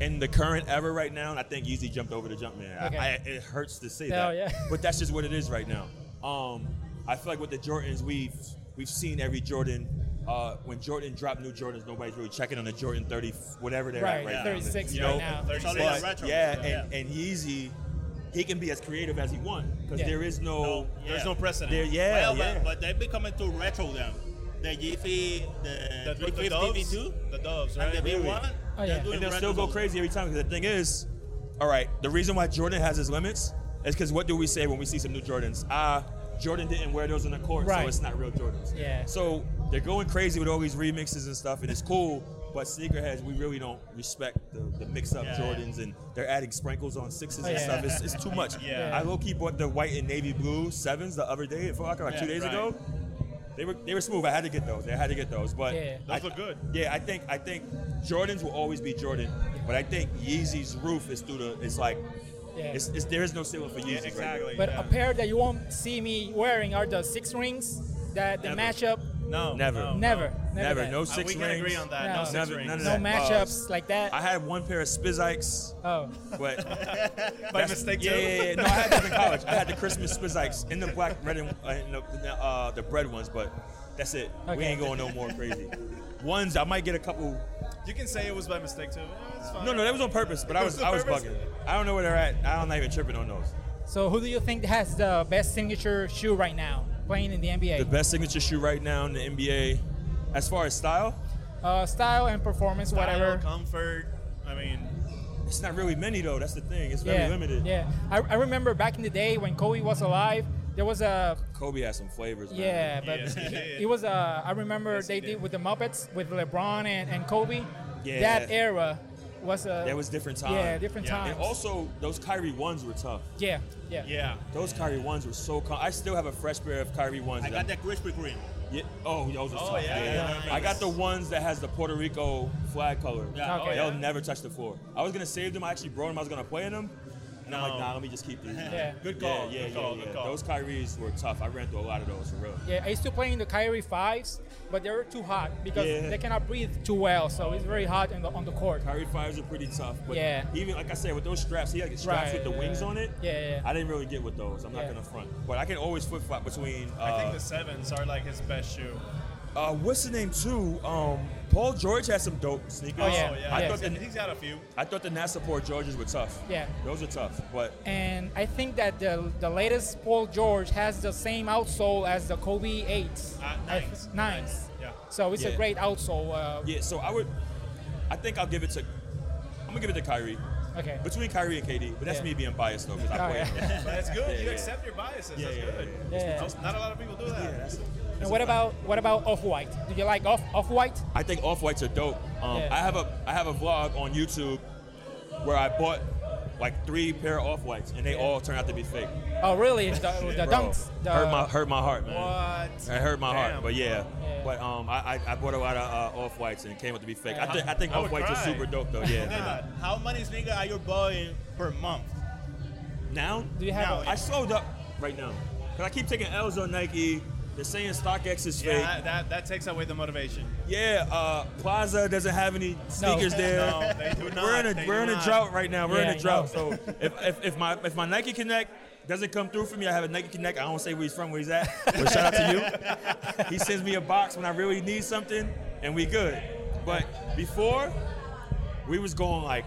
[SPEAKER 5] in the current era right now, and I think Yeezy jumped over the jump man. I-
[SPEAKER 1] Okay.
[SPEAKER 5] I, it hurts to say
[SPEAKER 1] Hell
[SPEAKER 5] that,
[SPEAKER 1] yeah.
[SPEAKER 5] but that's just what it is right now. Um, I feel like with the Jordans, we've we've seen every Jordan. Uh, when Jordan dropped new Jordans, nobody's really checking on the Jordan 30, whatever they're
[SPEAKER 1] right?
[SPEAKER 5] at right now.
[SPEAKER 1] 36
[SPEAKER 5] You
[SPEAKER 1] right
[SPEAKER 5] know,
[SPEAKER 1] now.
[SPEAKER 7] It's already
[SPEAKER 5] But,
[SPEAKER 7] a retro.
[SPEAKER 5] yeah, and, and Yeezy, he can be as creative as he wants because
[SPEAKER 1] Yeah.
[SPEAKER 5] there is no,
[SPEAKER 6] There's no precedent.
[SPEAKER 5] there, yeah,
[SPEAKER 7] well,
[SPEAKER 5] yeah.
[SPEAKER 7] But, but they're becoming too retro them. The Yeezy, the,
[SPEAKER 6] the, the, the
[SPEAKER 7] 350
[SPEAKER 6] doves.
[SPEAKER 7] V2,
[SPEAKER 6] The doves,
[SPEAKER 7] and
[SPEAKER 6] right?
[SPEAKER 7] the
[SPEAKER 5] Really?
[SPEAKER 7] V1.
[SPEAKER 1] Oh,
[SPEAKER 7] they're
[SPEAKER 1] yeah.
[SPEAKER 7] doing
[SPEAKER 5] and they'll still
[SPEAKER 7] retros
[SPEAKER 5] go
[SPEAKER 7] also.
[SPEAKER 5] crazy every time. Because the thing is, all right, the reason why Jordan has his limits is because what do we say when we see some new Jordans? Ah, Jordan didn't wear those on the court, so
[SPEAKER 1] Right.
[SPEAKER 5] it's not real Jordans.
[SPEAKER 1] Yeah.
[SPEAKER 5] So they're going crazy with all these remixes and stuff, and it's cool. But sneakerheads, we really don't respect the, the mix-up
[SPEAKER 7] Yeah.
[SPEAKER 5] Jordans, and they're adding sprinkles on sixes
[SPEAKER 1] Oh,
[SPEAKER 5] and
[SPEAKER 1] yeah.
[SPEAKER 5] stuff. It's, it's too much.
[SPEAKER 1] Yeah.
[SPEAKER 5] I low-key bought the white and navy blue sevens the other day. It felt like, like two
[SPEAKER 6] Yeah,
[SPEAKER 5] days
[SPEAKER 6] right.
[SPEAKER 5] ago. They were they were smooth. I had to get those. I had to get those. But
[SPEAKER 1] Yeah.
[SPEAKER 6] Those
[SPEAKER 5] I-
[SPEAKER 6] look good.
[SPEAKER 5] yeah, I think I think Jordans will always be Jordan, but I think Yeezy's roof is through the. It's like,
[SPEAKER 1] Yeah.
[SPEAKER 5] it's, it's there is no ceiling for Yeezys. right now.
[SPEAKER 6] exactly.
[SPEAKER 1] But
[SPEAKER 6] yeah.
[SPEAKER 1] a pair that you won't see me wearing are the six rings that the
[SPEAKER 5] Never.
[SPEAKER 1] matchup
[SPEAKER 6] no,
[SPEAKER 5] Never.
[SPEAKER 6] no,
[SPEAKER 1] never,
[SPEAKER 5] Never,
[SPEAKER 1] never, that.
[SPEAKER 5] no
[SPEAKER 6] Uh,
[SPEAKER 5] six
[SPEAKER 6] we can
[SPEAKER 5] rings.
[SPEAKER 6] agree on that.
[SPEAKER 1] No.
[SPEAKER 6] No, six
[SPEAKER 5] Never-
[SPEAKER 6] rings.
[SPEAKER 5] none of
[SPEAKER 1] no
[SPEAKER 5] that. Uh,
[SPEAKER 1] matchups like that.
[SPEAKER 5] I had one pair of Spizikes,
[SPEAKER 1] oh,
[SPEAKER 6] <laughs>
[SPEAKER 5] but
[SPEAKER 6] By
[SPEAKER 5] that's-
[SPEAKER 6] mistake,
[SPEAKER 5] Yeah,
[SPEAKER 6] too.
[SPEAKER 5] yeah, yeah. No, I had those in college. I had the Christmas Spizikes in the black, red, and uh, in the, the, uh, the bread ones, but that's it. We
[SPEAKER 1] Okay.
[SPEAKER 5] ain't going no more
[SPEAKER 1] <laughs>
[SPEAKER 5] crazy. Ones, I might get a couple.
[SPEAKER 6] You can say it was by mistake too. Yeah, it's fine.
[SPEAKER 5] No, no, that was on purpose, but I was
[SPEAKER 1] <laughs>
[SPEAKER 6] It was
[SPEAKER 5] I
[SPEAKER 6] on
[SPEAKER 5] was
[SPEAKER 6] purpose?
[SPEAKER 5] bugging. I don't know where they're at. I'm not even tripping on those.
[SPEAKER 1] so who do you think has the best signature shoe right now playing in the
[SPEAKER 5] The
[SPEAKER 1] NBA?
[SPEAKER 5] best signature shoe right now in the NBA, as far as style,
[SPEAKER 1] uh, style and performance,
[SPEAKER 6] Style,
[SPEAKER 1] whatever.
[SPEAKER 6] comfort. I mean,
[SPEAKER 5] It's not really many though. That's the thing. It's very
[SPEAKER 1] yeah,
[SPEAKER 5] limited.
[SPEAKER 1] yeah. I, I remember back in the day when Kobe was alive, there was a
[SPEAKER 5] Kobe has some flavors. Man.
[SPEAKER 1] yeah, but
[SPEAKER 6] Yeah,
[SPEAKER 1] he-
[SPEAKER 6] yeah, yeah.
[SPEAKER 1] it was a. I remember
[SPEAKER 6] Yes,
[SPEAKER 1] they
[SPEAKER 6] he
[SPEAKER 1] did.
[SPEAKER 6] did.
[SPEAKER 1] with the Muppets with LeBron and, and Kobe.
[SPEAKER 5] Yeah.
[SPEAKER 1] That era was a
[SPEAKER 5] That was different time.
[SPEAKER 1] Yeah, different
[SPEAKER 2] Yeah.
[SPEAKER 1] times.
[SPEAKER 5] And also, those Kyrie ones were tough.
[SPEAKER 1] yeah, yeah,
[SPEAKER 2] Yeah.
[SPEAKER 5] Those Kyrie ones were so. Com- I still have a fresh pair of Kyrie ones.
[SPEAKER 7] I
[SPEAKER 5] that I'm-
[SPEAKER 7] got the Krispy Kreme.
[SPEAKER 5] Yeah. Oh, those are
[SPEAKER 2] Oh,
[SPEAKER 5] tough.
[SPEAKER 2] yeah,
[SPEAKER 5] Yeah,
[SPEAKER 2] yeah, yeah.
[SPEAKER 5] I got the ones that has the Puerto Rico flag color.
[SPEAKER 7] Yeah.
[SPEAKER 2] oh,
[SPEAKER 1] Okay.
[SPEAKER 5] They'll never touch the floor. I was gonna save them. I actually brought them. I was gonna play in them. And I'm
[SPEAKER 2] No.
[SPEAKER 5] like, nah, let me just
[SPEAKER 2] <laughs>
[SPEAKER 5] keep these.
[SPEAKER 1] Yeah.
[SPEAKER 2] Good call.
[SPEAKER 5] yeah, yeah,
[SPEAKER 2] good call.
[SPEAKER 5] yeah,
[SPEAKER 2] Good
[SPEAKER 5] yeah.
[SPEAKER 2] call.
[SPEAKER 5] Those Kyries were tough. I ran through a lot of those for real.
[SPEAKER 1] Yeah, I used to play in the Kyrie fives, but they were too hot because
[SPEAKER 5] Yeah.
[SPEAKER 1] they cannot breathe too well, so it's very hot in the, on the court.
[SPEAKER 5] Kyrie fives are pretty tough, but
[SPEAKER 1] Yeah.
[SPEAKER 5] even like I said, with those straps, he had the straps
[SPEAKER 1] Right,
[SPEAKER 5] with the
[SPEAKER 1] yeah.
[SPEAKER 5] wings on it.
[SPEAKER 1] Yeah, yeah.
[SPEAKER 5] I didn't really get with those. I'm
[SPEAKER 1] Yeah.
[SPEAKER 5] not gonna front, but I can always flip flop between. Uh,
[SPEAKER 2] I think the sevens are like his best shoe.
[SPEAKER 5] uh, what's the name too? Um, Paul George has some dope sneakers.
[SPEAKER 1] Oh, yeah.
[SPEAKER 2] Oh, yeah.
[SPEAKER 5] I
[SPEAKER 1] Yeah.
[SPEAKER 5] thought the
[SPEAKER 2] He's got a few.
[SPEAKER 5] I thought the NASA Port Georges were tough.
[SPEAKER 1] Yeah.
[SPEAKER 5] Those are tough, but
[SPEAKER 1] And I think that the, the latest Paul George has the same outsole as the Kobe eights,
[SPEAKER 2] Ah,
[SPEAKER 1] I-
[SPEAKER 2] nines.
[SPEAKER 1] nines.
[SPEAKER 2] Yeah.
[SPEAKER 1] So it's a
[SPEAKER 5] Uh, Yeah.
[SPEAKER 1] great outsole. Uh,
[SPEAKER 5] yeah, so I would I think I'll give it to I'm gonna give it to Kyrie.
[SPEAKER 1] Okay.
[SPEAKER 5] Between Kyrie and KD, but that's
[SPEAKER 1] Yeah.
[SPEAKER 5] me being biased though, because I
[SPEAKER 1] Oh,
[SPEAKER 5] play.
[SPEAKER 1] yeah.
[SPEAKER 5] Yeah, <laughs>
[SPEAKER 2] But that's good.
[SPEAKER 5] Yeah,
[SPEAKER 2] you
[SPEAKER 5] yeah.
[SPEAKER 2] accept your biases.
[SPEAKER 5] yeah,
[SPEAKER 2] that's
[SPEAKER 5] yeah,
[SPEAKER 2] good.
[SPEAKER 5] yeah.
[SPEAKER 1] Yeah.
[SPEAKER 2] Not- Not a lot of people do that.
[SPEAKER 5] Yeah, that's-
[SPEAKER 1] And what about what about off white? Do you like off off white?
[SPEAKER 5] I think off whites are dope. Um,
[SPEAKER 1] Yeah.
[SPEAKER 5] I have a I have a vlog on YouTube where I bought like three pair of off whites and they
[SPEAKER 1] Yeah.
[SPEAKER 5] all turned out to be fake.
[SPEAKER 1] Oh, really? The, the
[SPEAKER 5] Bro,
[SPEAKER 1] dunks. The,
[SPEAKER 5] hurt my hurt my heart, man.
[SPEAKER 2] What?
[SPEAKER 5] It hurt my
[SPEAKER 2] Damn.
[SPEAKER 5] heart, but yeah.
[SPEAKER 1] Yeah.
[SPEAKER 5] But um, I, I I bought a lot of uh, off whites and it came out to be fake. I, th- I think
[SPEAKER 2] I would
[SPEAKER 5] off whites are
[SPEAKER 2] cry.
[SPEAKER 5] super dope though. <laughs>
[SPEAKER 2] Oh
[SPEAKER 5] Yeah.
[SPEAKER 7] God, how many sneakers are you buying per month?
[SPEAKER 5] Now,
[SPEAKER 1] Do you have?
[SPEAKER 7] No,
[SPEAKER 1] a-
[SPEAKER 5] I slowed up right now because I keep taking L's on Nike. They're saying StockX is
[SPEAKER 2] Yeah,
[SPEAKER 5] fake.
[SPEAKER 2] that, that, that takes away the
[SPEAKER 5] <laughs>
[SPEAKER 2] motivation.
[SPEAKER 5] Yeah, uh, Plaza doesn't have any
[SPEAKER 1] <laughs>
[SPEAKER 5] sneakers there.
[SPEAKER 2] No, Um, they do not.
[SPEAKER 5] we're in
[SPEAKER 2] They
[SPEAKER 5] a we're
[SPEAKER 2] do
[SPEAKER 5] in a
[SPEAKER 2] not.
[SPEAKER 5] drought right now. We're
[SPEAKER 1] Yeah,
[SPEAKER 5] in
[SPEAKER 1] I
[SPEAKER 5] a drought.
[SPEAKER 1] know.
[SPEAKER 5] So if, if, if my if my Nike Connect doesn't come through for me, I have a Nike Connect. I don't say where he's from, where he's at. But shout out to you. <laughs> He sends me a box when I really need something, and we good. But before, we was going like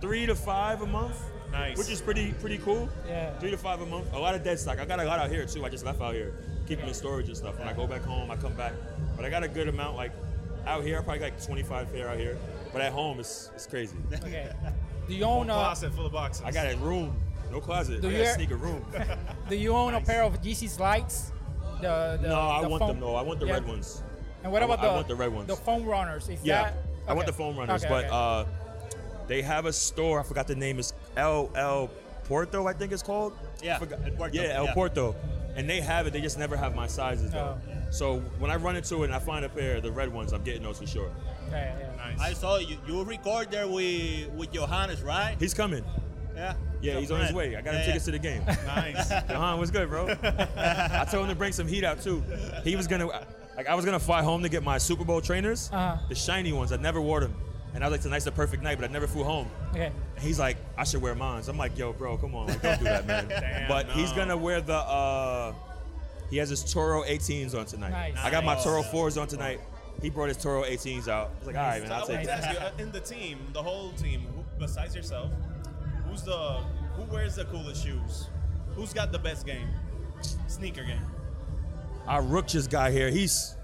[SPEAKER 5] three to five a month.
[SPEAKER 2] Nice.
[SPEAKER 5] Which is pretty pretty cool.
[SPEAKER 1] Yeah.
[SPEAKER 5] Three to five a month. A lot of dead stock. I got a lot out here too. I just left out here, keep them in storage and stuff. When I go back home, I come back. But I got a good amount like out here. I probably got like 25 pair out here. But at home, it's it's crazy.
[SPEAKER 1] okay. Do you own a
[SPEAKER 2] Closet full of boxes.
[SPEAKER 5] I got a room, no closet.
[SPEAKER 1] Do
[SPEAKER 5] I
[SPEAKER 1] you
[SPEAKER 5] got
[SPEAKER 1] hear-
[SPEAKER 5] a
[SPEAKER 1] <laughs>
[SPEAKER 5] sneaker room.
[SPEAKER 1] Do you own a pair of GC slides? The, the
[SPEAKER 5] no, I
[SPEAKER 1] the
[SPEAKER 5] want
[SPEAKER 1] foam-
[SPEAKER 5] them though. I want the
[SPEAKER 1] Yeah.
[SPEAKER 5] red ones.
[SPEAKER 1] And what
[SPEAKER 5] I
[SPEAKER 1] about
[SPEAKER 5] wa- I
[SPEAKER 1] the
[SPEAKER 5] want the red ones.
[SPEAKER 1] The foam runners. Is
[SPEAKER 5] Yeah,
[SPEAKER 1] that?
[SPEAKER 5] I want
[SPEAKER 1] okay.
[SPEAKER 5] the foam runners,
[SPEAKER 1] Okay,
[SPEAKER 5] but
[SPEAKER 1] okay.
[SPEAKER 5] uh, they have a store. I forgot the name is LL Porto, I think it's called.
[SPEAKER 7] Yeah,
[SPEAKER 5] I forgot-
[SPEAKER 7] El Puerto,
[SPEAKER 5] yeah, El
[SPEAKER 7] yeah.
[SPEAKER 5] Porto, and they have it. They just never have my sizes though.
[SPEAKER 1] Oh.
[SPEAKER 5] So when I run into it and I find a pair, the red ones, I'm getting those for sure.
[SPEAKER 1] yeah, yeah.
[SPEAKER 7] I saw you, you record there with, with Johannes, right?
[SPEAKER 5] He's coming.
[SPEAKER 7] Yeah.
[SPEAKER 5] Yeah, he's on his way. I got him tickets to the game. <laughs>
[SPEAKER 2] nice.
[SPEAKER 5] Jahan, what's good, bro? I told him to bring some heat out too. He was gonna, like, I was gonna fly home to get my Super Bowl trainers,
[SPEAKER 1] Uh-huh.
[SPEAKER 5] the shiny ones. I never wore them, and I was like, tonight's the perfect night, but I never flew home.
[SPEAKER 1] Okay.
[SPEAKER 5] And he's like, I should wear mine. So I'm like, yo, bro, come on, like, don't do
[SPEAKER 1] <laughs>
[SPEAKER 5] that, man. but he's gonna wear the. uh He has his Toro 18s on tonight.
[SPEAKER 1] Nice.
[SPEAKER 5] I got my
[SPEAKER 1] Nice.
[SPEAKER 5] Toro 4s on tonight. He brought his Toro 18s out. I was like, all right, man,
[SPEAKER 2] So I
[SPEAKER 5] I'll take
[SPEAKER 2] wanted to
[SPEAKER 5] it.
[SPEAKER 2] ask you, uh, in the team, the whole team, who, besides yourself, who's the who wears the coolest shoes? Who's got the best game? Sneaker game.
[SPEAKER 5] Our Rook just got here. He's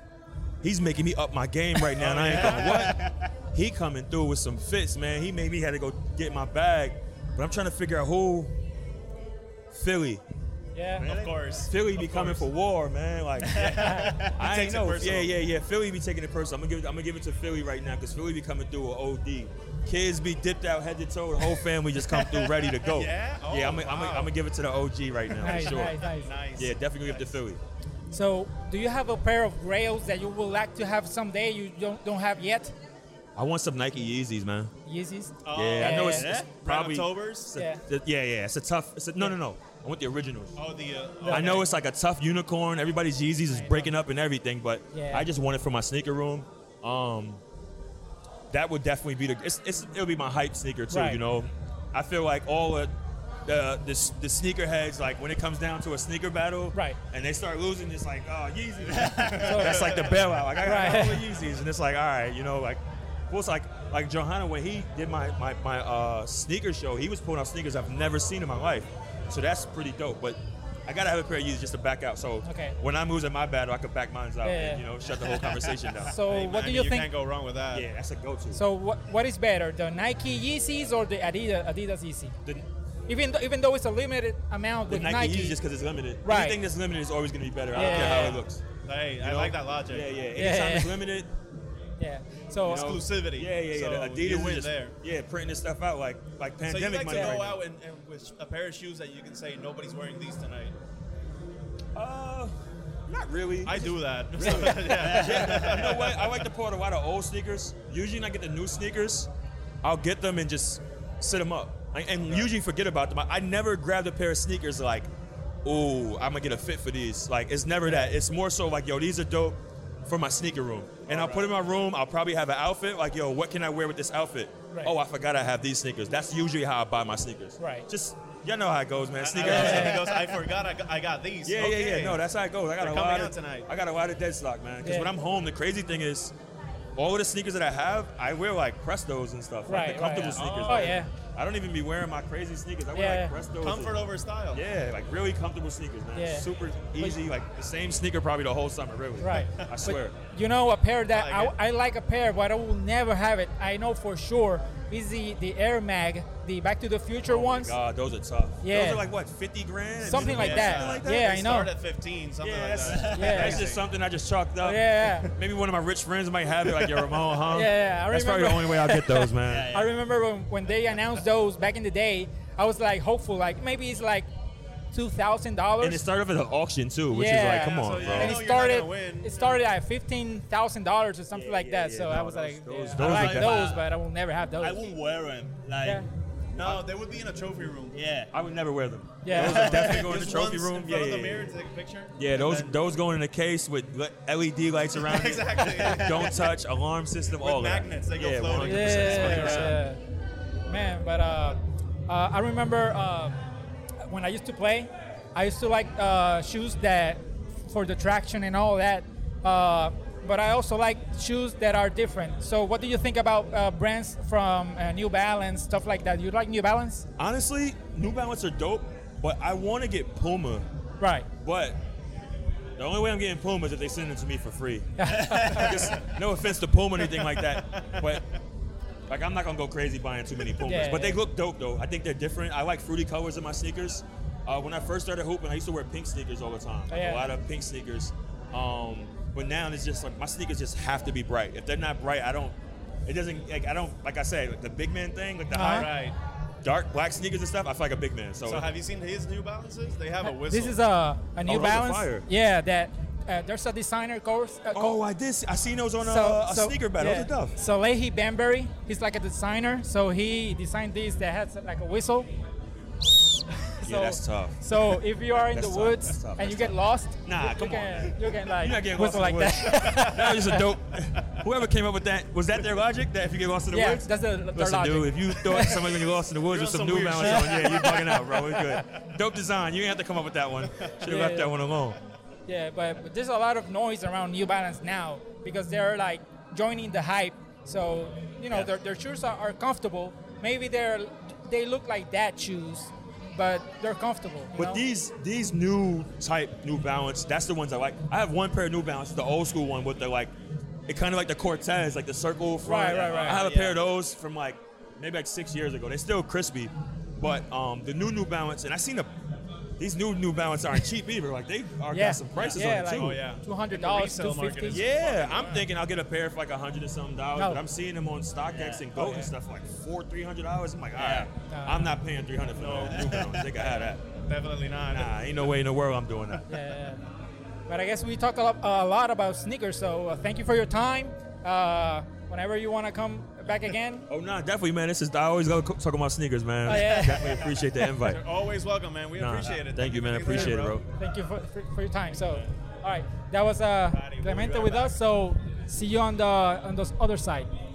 [SPEAKER 5] he's making me up my game right now, and I
[SPEAKER 1] <laughs>
[SPEAKER 5] ain't
[SPEAKER 1] Oh,
[SPEAKER 5] gonna what. He coming through with some fits, man. He made me had to go get my bag, but I'm trying to figure out who. Philly,
[SPEAKER 1] Yeah.
[SPEAKER 2] Of course.
[SPEAKER 5] Philly
[SPEAKER 2] Of
[SPEAKER 5] be coming
[SPEAKER 2] course.
[SPEAKER 5] for war,
[SPEAKER 2] <laughs>
[SPEAKER 5] man. Like I
[SPEAKER 2] takes
[SPEAKER 5] ain't
[SPEAKER 2] it
[SPEAKER 5] know.
[SPEAKER 2] personal.
[SPEAKER 5] Yeah, yeah, yeah. Philly be taking it personal. I'm gonna give it. I'm gonna give it to Philly right now because Philly be coming through with OD. Kids be dipped out head to toe. The whole family just come through ready to
[SPEAKER 2] <laughs>
[SPEAKER 5] go.
[SPEAKER 2] Yeah? Oh,
[SPEAKER 5] yeah. I'm gonna
[SPEAKER 2] wow.
[SPEAKER 5] give it to the OG right now
[SPEAKER 1] Nice,
[SPEAKER 5] for sure.
[SPEAKER 1] nice, nice.
[SPEAKER 2] Nice.
[SPEAKER 5] Yeah, definitely give it to Philly.
[SPEAKER 1] So, do you have a pair of grails that you would like to have someday you don't don't have yet?
[SPEAKER 5] I want some Nike Yeezys, man.
[SPEAKER 1] Yeezys.
[SPEAKER 5] yeah, I know it's,
[SPEAKER 1] yeah.
[SPEAKER 5] it's
[SPEAKER 2] Oh, Red
[SPEAKER 5] probably.
[SPEAKER 2] Octobers?
[SPEAKER 5] it's a-
[SPEAKER 1] Yeah.
[SPEAKER 5] yeah. yeah, It's a tough. It's a, no, no, no. I want the originals.
[SPEAKER 2] Oh, the. Uh,
[SPEAKER 5] I know
[SPEAKER 2] okay.
[SPEAKER 5] it's like a tough unicorn. Everybody's Yeezys is breaking up and everything, but
[SPEAKER 1] Yeah.
[SPEAKER 5] I just want it for my sneaker room. Um, that would definitely be the. It's, it's, it'll be my hype sneaker too.
[SPEAKER 1] Right.
[SPEAKER 5] You know, I feel like all the the the, s- the sneakerheads like when it comes down to a sneaker battle,
[SPEAKER 1] Right.
[SPEAKER 5] And they start losing, it's like oh
[SPEAKER 1] <laughs>
[SPEAKER 5] Yeezys. That's like the bailout. Like I got
[SPEAKER 1] Right.
[SPEAKER 5] all the Yeezys, and it's like all right, you know, like. Well, it's like like Johanna when he did my my, my uh, sneaker show, he was pulling out sneakers I've never seen in my life, so that's pretty dope. But I gotta have a pair of Yeezys just to back out. So
[SPEAKER 1] Okay.
[SPEAKER 5] when I'm losing my battle, I could back mine out
[SPEAKER 1] Yeah, yeah.
[SPEAKER 5] and you know shut the whole conversation
[SPEAKER 1] <laughs>
[SPEAKER 5] down.
[SPEAKER 1] So,
[SPEAKER 2] Hey, man,
[SPEAKER 1] what do
[SPEAKER 2] I mean,
[SPEAKER 1] you
[SPEAKER 2] you
[SPEAKER 1] think?
[SPEAKER 2] can't go wrong with that.
[SPEAKER 5] yeah, that's a go-to.
[SPEAKER 1] So, what what is better, the Nike Yeezys or the Adidas Adidas Yeezy?
[SPEAKER 5] the,
[SPEAKER 1] Even though, even though it's a limited amount
[SPEAKER 5] the
[SPEAKER 1] with
[SPEAKER 5] Nike,
[SPEAKER 1] Nike.
[SPEAKER 5] Yeezys just because it's limited.
[SPEAKER 1] Right.
[SPEAKER 5] Anything that's limited is always gonna be better. I
[SPEAKER 1] Yeah.
[SPEAKER 5] don't care how it looks.
[SPEAKER 2] Hey, I
[SPEAKER 5] know?
[SPEAKER 2] like that logic.
[SPEAKER 5] Yeah, yeah. Anytime
[SPEAKER 1] Yeah, yeah.
[SPEAKER 5] it's limited,
[SPEAKER 1] yeah. So,
[SPEAKER 5] know?
[SPEAKER 2] Exclusivity.
[SPEAKER 5] Yeah, yeah, yeah.
[SPEAKER 2] So
[SPEAKER 5] Adidas
[SPEAKER 2] you
[SPEAKER 5] is
[SPEAKER 2] win
[SPEAKER 5] just,
[SPEAKER 2] there.
[SPEAKER 5] Yeah, printing this stuff out like like
[SPEAKER 2] So you
[SPEAKER 5] pandemic
[SPEAKER 2] like to
[SPEAKER 5] money.
[SPEAKER 2] go
[SPEAKER 5] right now.
[SPEAKER 2] out and, and with a pair of shoes that you can say nobody's wearing these tonight.
[SPEAKER 5] Uh, not really.
[SPEAKER 2] I do <laughs> that.
[SPEAKER 5] you know what? I like to pull out a lot of old sneakers. Usually, when I get the new sneakers, I'll get them and just sit them up, I, and usually forget about them. I, I never grabbed a pair of sneakers like, "Ooh, I'm gonna get a fit for these." Like, it's never that. It's more so like, "Yo, these are dope for my sneaker room," and I'll put in my room. I'll probably have an outfit like, "Yo, what can I wear with this outfit?"
[SPEAKER 1] Right.
[SPEAKER 5] Oh, I forgot I have these sneakers. That's usually how I buy my sneakers.
[SPEAKER 1] Right.
[SPEAKER 5] Just y'all know how it goes, man.
[SPEAKER 2] Sneaker
[SPEAKER 5] Sneaker.
[SPEAKER 2] he goes, I forgot I got, I got these.
[SPEAKER 5] Yeah, yeah,
[SPEAKER 2] Okay.
[SPEAKER 5] yeah. No, that's how it goes. I got
[SPEAKER 2] They're
[SPEAKER 5] a
[SPEAKER 2] coming
[SPEAKER 5] lot
[SPEAKER 2] out
[SPEAKER 5] of,
[SPEAKER 2] tonight.
[SPEAKER 5] I got a lot of dead stock, man. Because
[SPEAKER 1] Yeah.
[SPEAKER 5] when I'm home, the crazy thing is, all of the sneakers that I have, I wear like Prestos and stuff,
[SPEAKER 1] Right,
[SPEAKER 5] like the comfortable
[SPEAKER 1] right.
[SPEAKER 5] sneakers.
[SPEAKER 1] Oh,
[SPEAKER 5] like,
[SPEAKER 1] yeah.
[SPEAKER 5] I don't even be wearing my crazy sneakers. I
[SPEAKER 1] Yeah.
[SPEAKER 5] wear like Prestos.
[SPEAKER 2] Comfort over style.
[SPEAKER 5] Yeah, like really comfortable sneakers, man.
[SPEAKER 1] Yeah.
[SPEAKER 5] Super easy, like the same sneaker probably the whole summer, really.
[SPEAKER 1] right.
[SPEAKER 5] <laughs> I
[SPEAKER 1] But
[SPEAKER 5] swear.
[SPEAKER 1] you know, a pair that
[SPEAKER 2] I
[SPEAKER 1] I,
[SPEAKER 2] like
[SPEAKER 1] I, like a pair, but I will never have it. I know for sure is the, the Air Mag, the Back to the Future
[SPEAKER 5] Oh my
[SPEAKER 1] ones.
[SPEAKER 5] God, those are tough.
[SPEAKER 1] Yeah.
[SPEAKER 5] Those are like what, 50 grand?
[SPEAKER 1] Something like
[SPEAKER 2] Yeah,
[SPEAKER 1] that.
[SPEAKER 2] something like
[SPEAKER 1] Yeah,
[SPEAKER 2] They
[SPEAKER 1] I know.
[SPEAKER 2] Start at 15, something
[SPEAKER 5] Yeah,
[SPEAKER 2] like
[SPEAKER 5] that's,
[SPEAKER 1] <laughs>
[SPEAKER 2] that.
[SPEAKER 1] Yeah.
[SPEAKER 5] that's just something I just chalked
[SPEAKER 1] Oh,
[SPEAKER 5] up.
[SPEAKER 1] yeah, yeah.
[SPEAKER 5] Maybe one of my rich friends might have it, like your Ramon, huh?
[SPEAKER 1] Yeah, yeah, I
[SPEAKER 5] That's probably the
[SPEAKER 1] remember.
[SPEAKER 5] only way I'll
[SPEAKER 1] <laughs>
[SPEAKER 5] get those, man.
[SPEAKER 7] Yeah, yeah.
[SPEAKER 1] I remember when, when they announced those back in the day, I was like hopeful, like maybe it's like two thousand
[SPEAKER 5] And it
[SPEAKER 1] dollars.
[SPEAKER 5] started off at an auction too, which
[SPEAKER 1] Yeah.
[SPEAKER 5] is like, come
[SPEAKER 2] Yeah,
[SPEAKER 5] on,
[SPEAKER 2] so,
[SPEAKER 5] bro.
[SPEAKER 2] yeah,
[SPEAKER 1] And
[SPEAKER 2] No,
[SPEAKER 1] it
[SPEAKER 2] you're not gonna
[SPEAKER 1] started
[SPEAKER 2] win.
[SPEAKER 1] it started at fifteen thousand dollars or something
[SPEAKER 5] Yeah,
[SPEAKER 1] like
[SPEAKER 5] yeah,
[SPEAKER 1] that.
[SPEAKER 5] yeah.
[SPEAKER 1] so
[SPEAKER 5] No,
[SPEAKER 1] I was
[SPEAKER 5] those-
[SPEAKER 1] like,
[SPEAKER 5] those-
[SPEAKER 1] yeah,
[SPEAKER 5] those
[SPEAKER 1] I
[SPEAKER 5] are
[SPEAKER 1] like
[SPEAKER 5] bad.
[SPEAKER 1] those, but I will never have those.
[SPEAKER 7] I won't wear them. Like,
[SPEAKER 1] yeah,
[SPEAKER 2] No, they would be in a trophy room.
[SPEAKER 7] yeah.
[SPEAKER 5] I would never wear them.
[SPEAKER 1] Yeah.
[SPEAKER 5] those are definitely going in the
[SPEAKER 2] Just
[SPEAKER 5] trophy
[SPEAKER 2] once In
[SPEAKER 5] room. Yeah,
[SPEAKER 2] front
[SPEAKER 5] yeah,
[SPEAKER 2] of the mirror
[SPEAKER 5] yeah.
[SPEAKER 2] to take a picture.
[SPEAKER 5] Yeah, those those going in a case with le- LED lights
[SPEAKER 2] <laughs>
[SPEAKER 5] around
[SPEAKER 2] Exactly.
[SPEAKER 5] <laughs> it. Don't touch. Alarm system.
[SPEAKER 2] With
[SPEAKER 5] all that.
[SPEAKER 2] magnets, they go
[SPEAKER 5] yeah,
[SPEAKER 2] floating.
[SPEAKER 5] 100%.
[SPEAKER 1] yeah, yeah. man. But uh, uh, I remember uh, when I used to play, I used to like uh, shoes that for the traction and all that. Uh, but I also like shoes that are different. So, what do you think about uh, brands from uh, New Balance, stuff like that? You like New Balance,
[SPEAKER 5] Honestly, New Balance are dope, but I want to get Puma.
[SPEAKER 1] right?
[SPEAKER 5] But the only way I'm getting Puma is if they send it to me
[SPEAKER 1] <laughs>
[SPEAKER 5] for free. Just, no offense to Puma or anything like that, but like I'm not gonna go crazy buying too many Pumas.
[SPEAKER 1] Yeah,
[SPEAKER 5] but they
[SPEAKER 1] yeah.
[SPEAKER 5] look dope though. I think they're different. I like fruity colors in my sneakers. Uh, when I first started hooping, I used to wear pink sneakers all the time. Like,
[SPEAKER 1] Oh, Yeah.
[SPEAKER 5] A lot of pink sneakers. Um, but now it's just like my sneakers just have to be bright. If they're not bright, I don't. It doesn't like I don't like I said like the big man thing like the
[SPEAKER 1] Uh-huh.
[SPEAKER 5] high
[SPEAKER 2] Right.
[SPEAKER 5] dark black sneakers and stuff. I feel like a big man. So,
[SPEAKER 2] So have you seen his New Balances? They have a whistle.
[SPEAKER 1] This is a, a New
[SPEAKER 5] those are
[SPEAKER 1] Balance.
[SPEAKER 5] fire.
[SPEAKER 1] Yeah, that uh, there's a designer course. Uh,
[SPEAKER 5] oh,
[SPEAKER 1] co-
[SPEAKER 5] I did. See, I seen those on a,
[SPEAKER 1] so-
[SPEAKER 5] a
[SPEAKER 1] so-
[SPEAKER 5] sneaker battle.
[SPEAKER 1] yeah.
[SPEAKER 5] Those are tough.
[SPEAKER 1] So Leahy Bambury, he's like a designer. So he designed this that has like a whistle. <laughs>
[SPEAKER 5] yeah, that's tough.
[SPEAKER 1] So if you are in the
[SPEAKER 5] That's tough,
[SPEAKER 1] woods
[SPEAKER 5] that's tough,
[SPEAKER 1] and
[SPEAKER 5] that's
[SPEAKER 1] you get lost,
[SPEAKER 5] Nah,
[SPEAKER 1] you, you
[SPEAKER 5] come on,
[SPEAKER 1] can,
[SPEAKER 5] man.
[SPEAKER 1] You can like
[SPEAKER 5] You're not getting
[SPEAKER 1] whistle like
[SPEAKER 5] lost in the
[SPEAKER 1] that.
[SPEAKER 5] That was just a dope. Whoever came up with that was that their logic? That if you get lost in the
[SPEAKER 1] yeah,
[SPEAKER 5] woods,
[SPEAKER 1] that's the their
[SPEAKER 5] listen,
[SPEAKER 1] logic.
[SPEAKER 5] dude. If you thought somebody gonna get lost in the woods
[SPEAKER 2] You're
[SPEAKER 5] with
[SPEAKER 2] on some
[SPEAKER 5] some new
[SPEAKER 2] weird
[SPEAKER 5] balance on, yeah, you bugging out, bro. We're good. Dope design. You didn't have to come up with that one. Should have
[SPEAKER 1] Yeah,
[SPEAKER 5] left
[SPEAKER 1] yeah.
[SPEAKER 5] that one alone.
[SPEAKER 1] <laughs> Yeah, but, but there's a lot of noise around New Balance now because they're like joining the hype. So you know their, their shoes are, are comfortable. Maybe they're they look like that shoes, but they're comfortable. you know?
[SPEAKER 5] But these these new type New Balance, that's the ones I like. I have one pair of New Balance, the old school one with the like, it kind of like the Cortez, like the circle. Front.
[SPEAKER 1] Right, right, right.
[SPEAKER 5] I have a pair of those from like maybe like six years ago. They're still crispy, but um the new New Balance, and I seen the these new New Balance aren't cheap either. Like they are
[SPEAKER 1] yeah,
[SPEAKER 5] got some prices
[SPEAKER 1] yeah,
[SPEAKER 5] on it
[SPEAKER 1] like
[SPEAKER 5] too.
[SPEAKER 2] Oh, yeah.
[SPEAKER 1] two hundred dollars,
[SPEAKER 2] And the
[SPEAKER 1] two
[SPEAKER 2] resale market
[SPEAKER 1] fifty.
[SPEAKER 2] is-
[SPEAKER 5] Yeah, I'm thinking I'll get a pair for like a hundred or something dollars,
[SPEAKER 1] No. Oh,
[SPEAKER 5] but I'm seeing them on StockX and Goat and stuff for like four, three hundred dollars. I'm like, all right,
[SPEAKER 1] Nah.
[SPEAKER 5] I'm not paying three hundred for no New Balance. They can have that.
[SPEAKER 2] Definitely not.
[SPEAKER 5] Nah, ain't no way in the world I'm doing that.
[SPEAKER 1] Yeah. But I guess we talk a lot, a lot about sneakers. So uh, thank you for your time. Uh, whenever you want to come back again,
[SPEAKER 5] Oh no, definitely, man. This is I always love co- talking about sneakers, man.
[SPEAKER 1] Oh, yeah.
[SPEAKER 5] Definitely appreciate the invite.
[SPEAKER 2] You're always welcome, man. We
[SPEAKER 5] Nah,
[SPEAKER 2] appreciate it.
[SPEAKER 5] Thank you, man.
[SPEAKER 2] Thanks for
[SPEAKER 5] Appreciate it,
[SPEAKER 2] having me,
[SPEAKER 5] bro.
[SPEAKER 1] thank you for, for, for your time. So, all right, that was uh,
[SPEAKER 2] Alrighty, we'll be
[SPEAKER 1] Clemente
[SPEAKER 2] right
[SPEAKER 1] with
[SPEAKER 2] back.
[SPEAKER 1] us. So see you on the on the other side.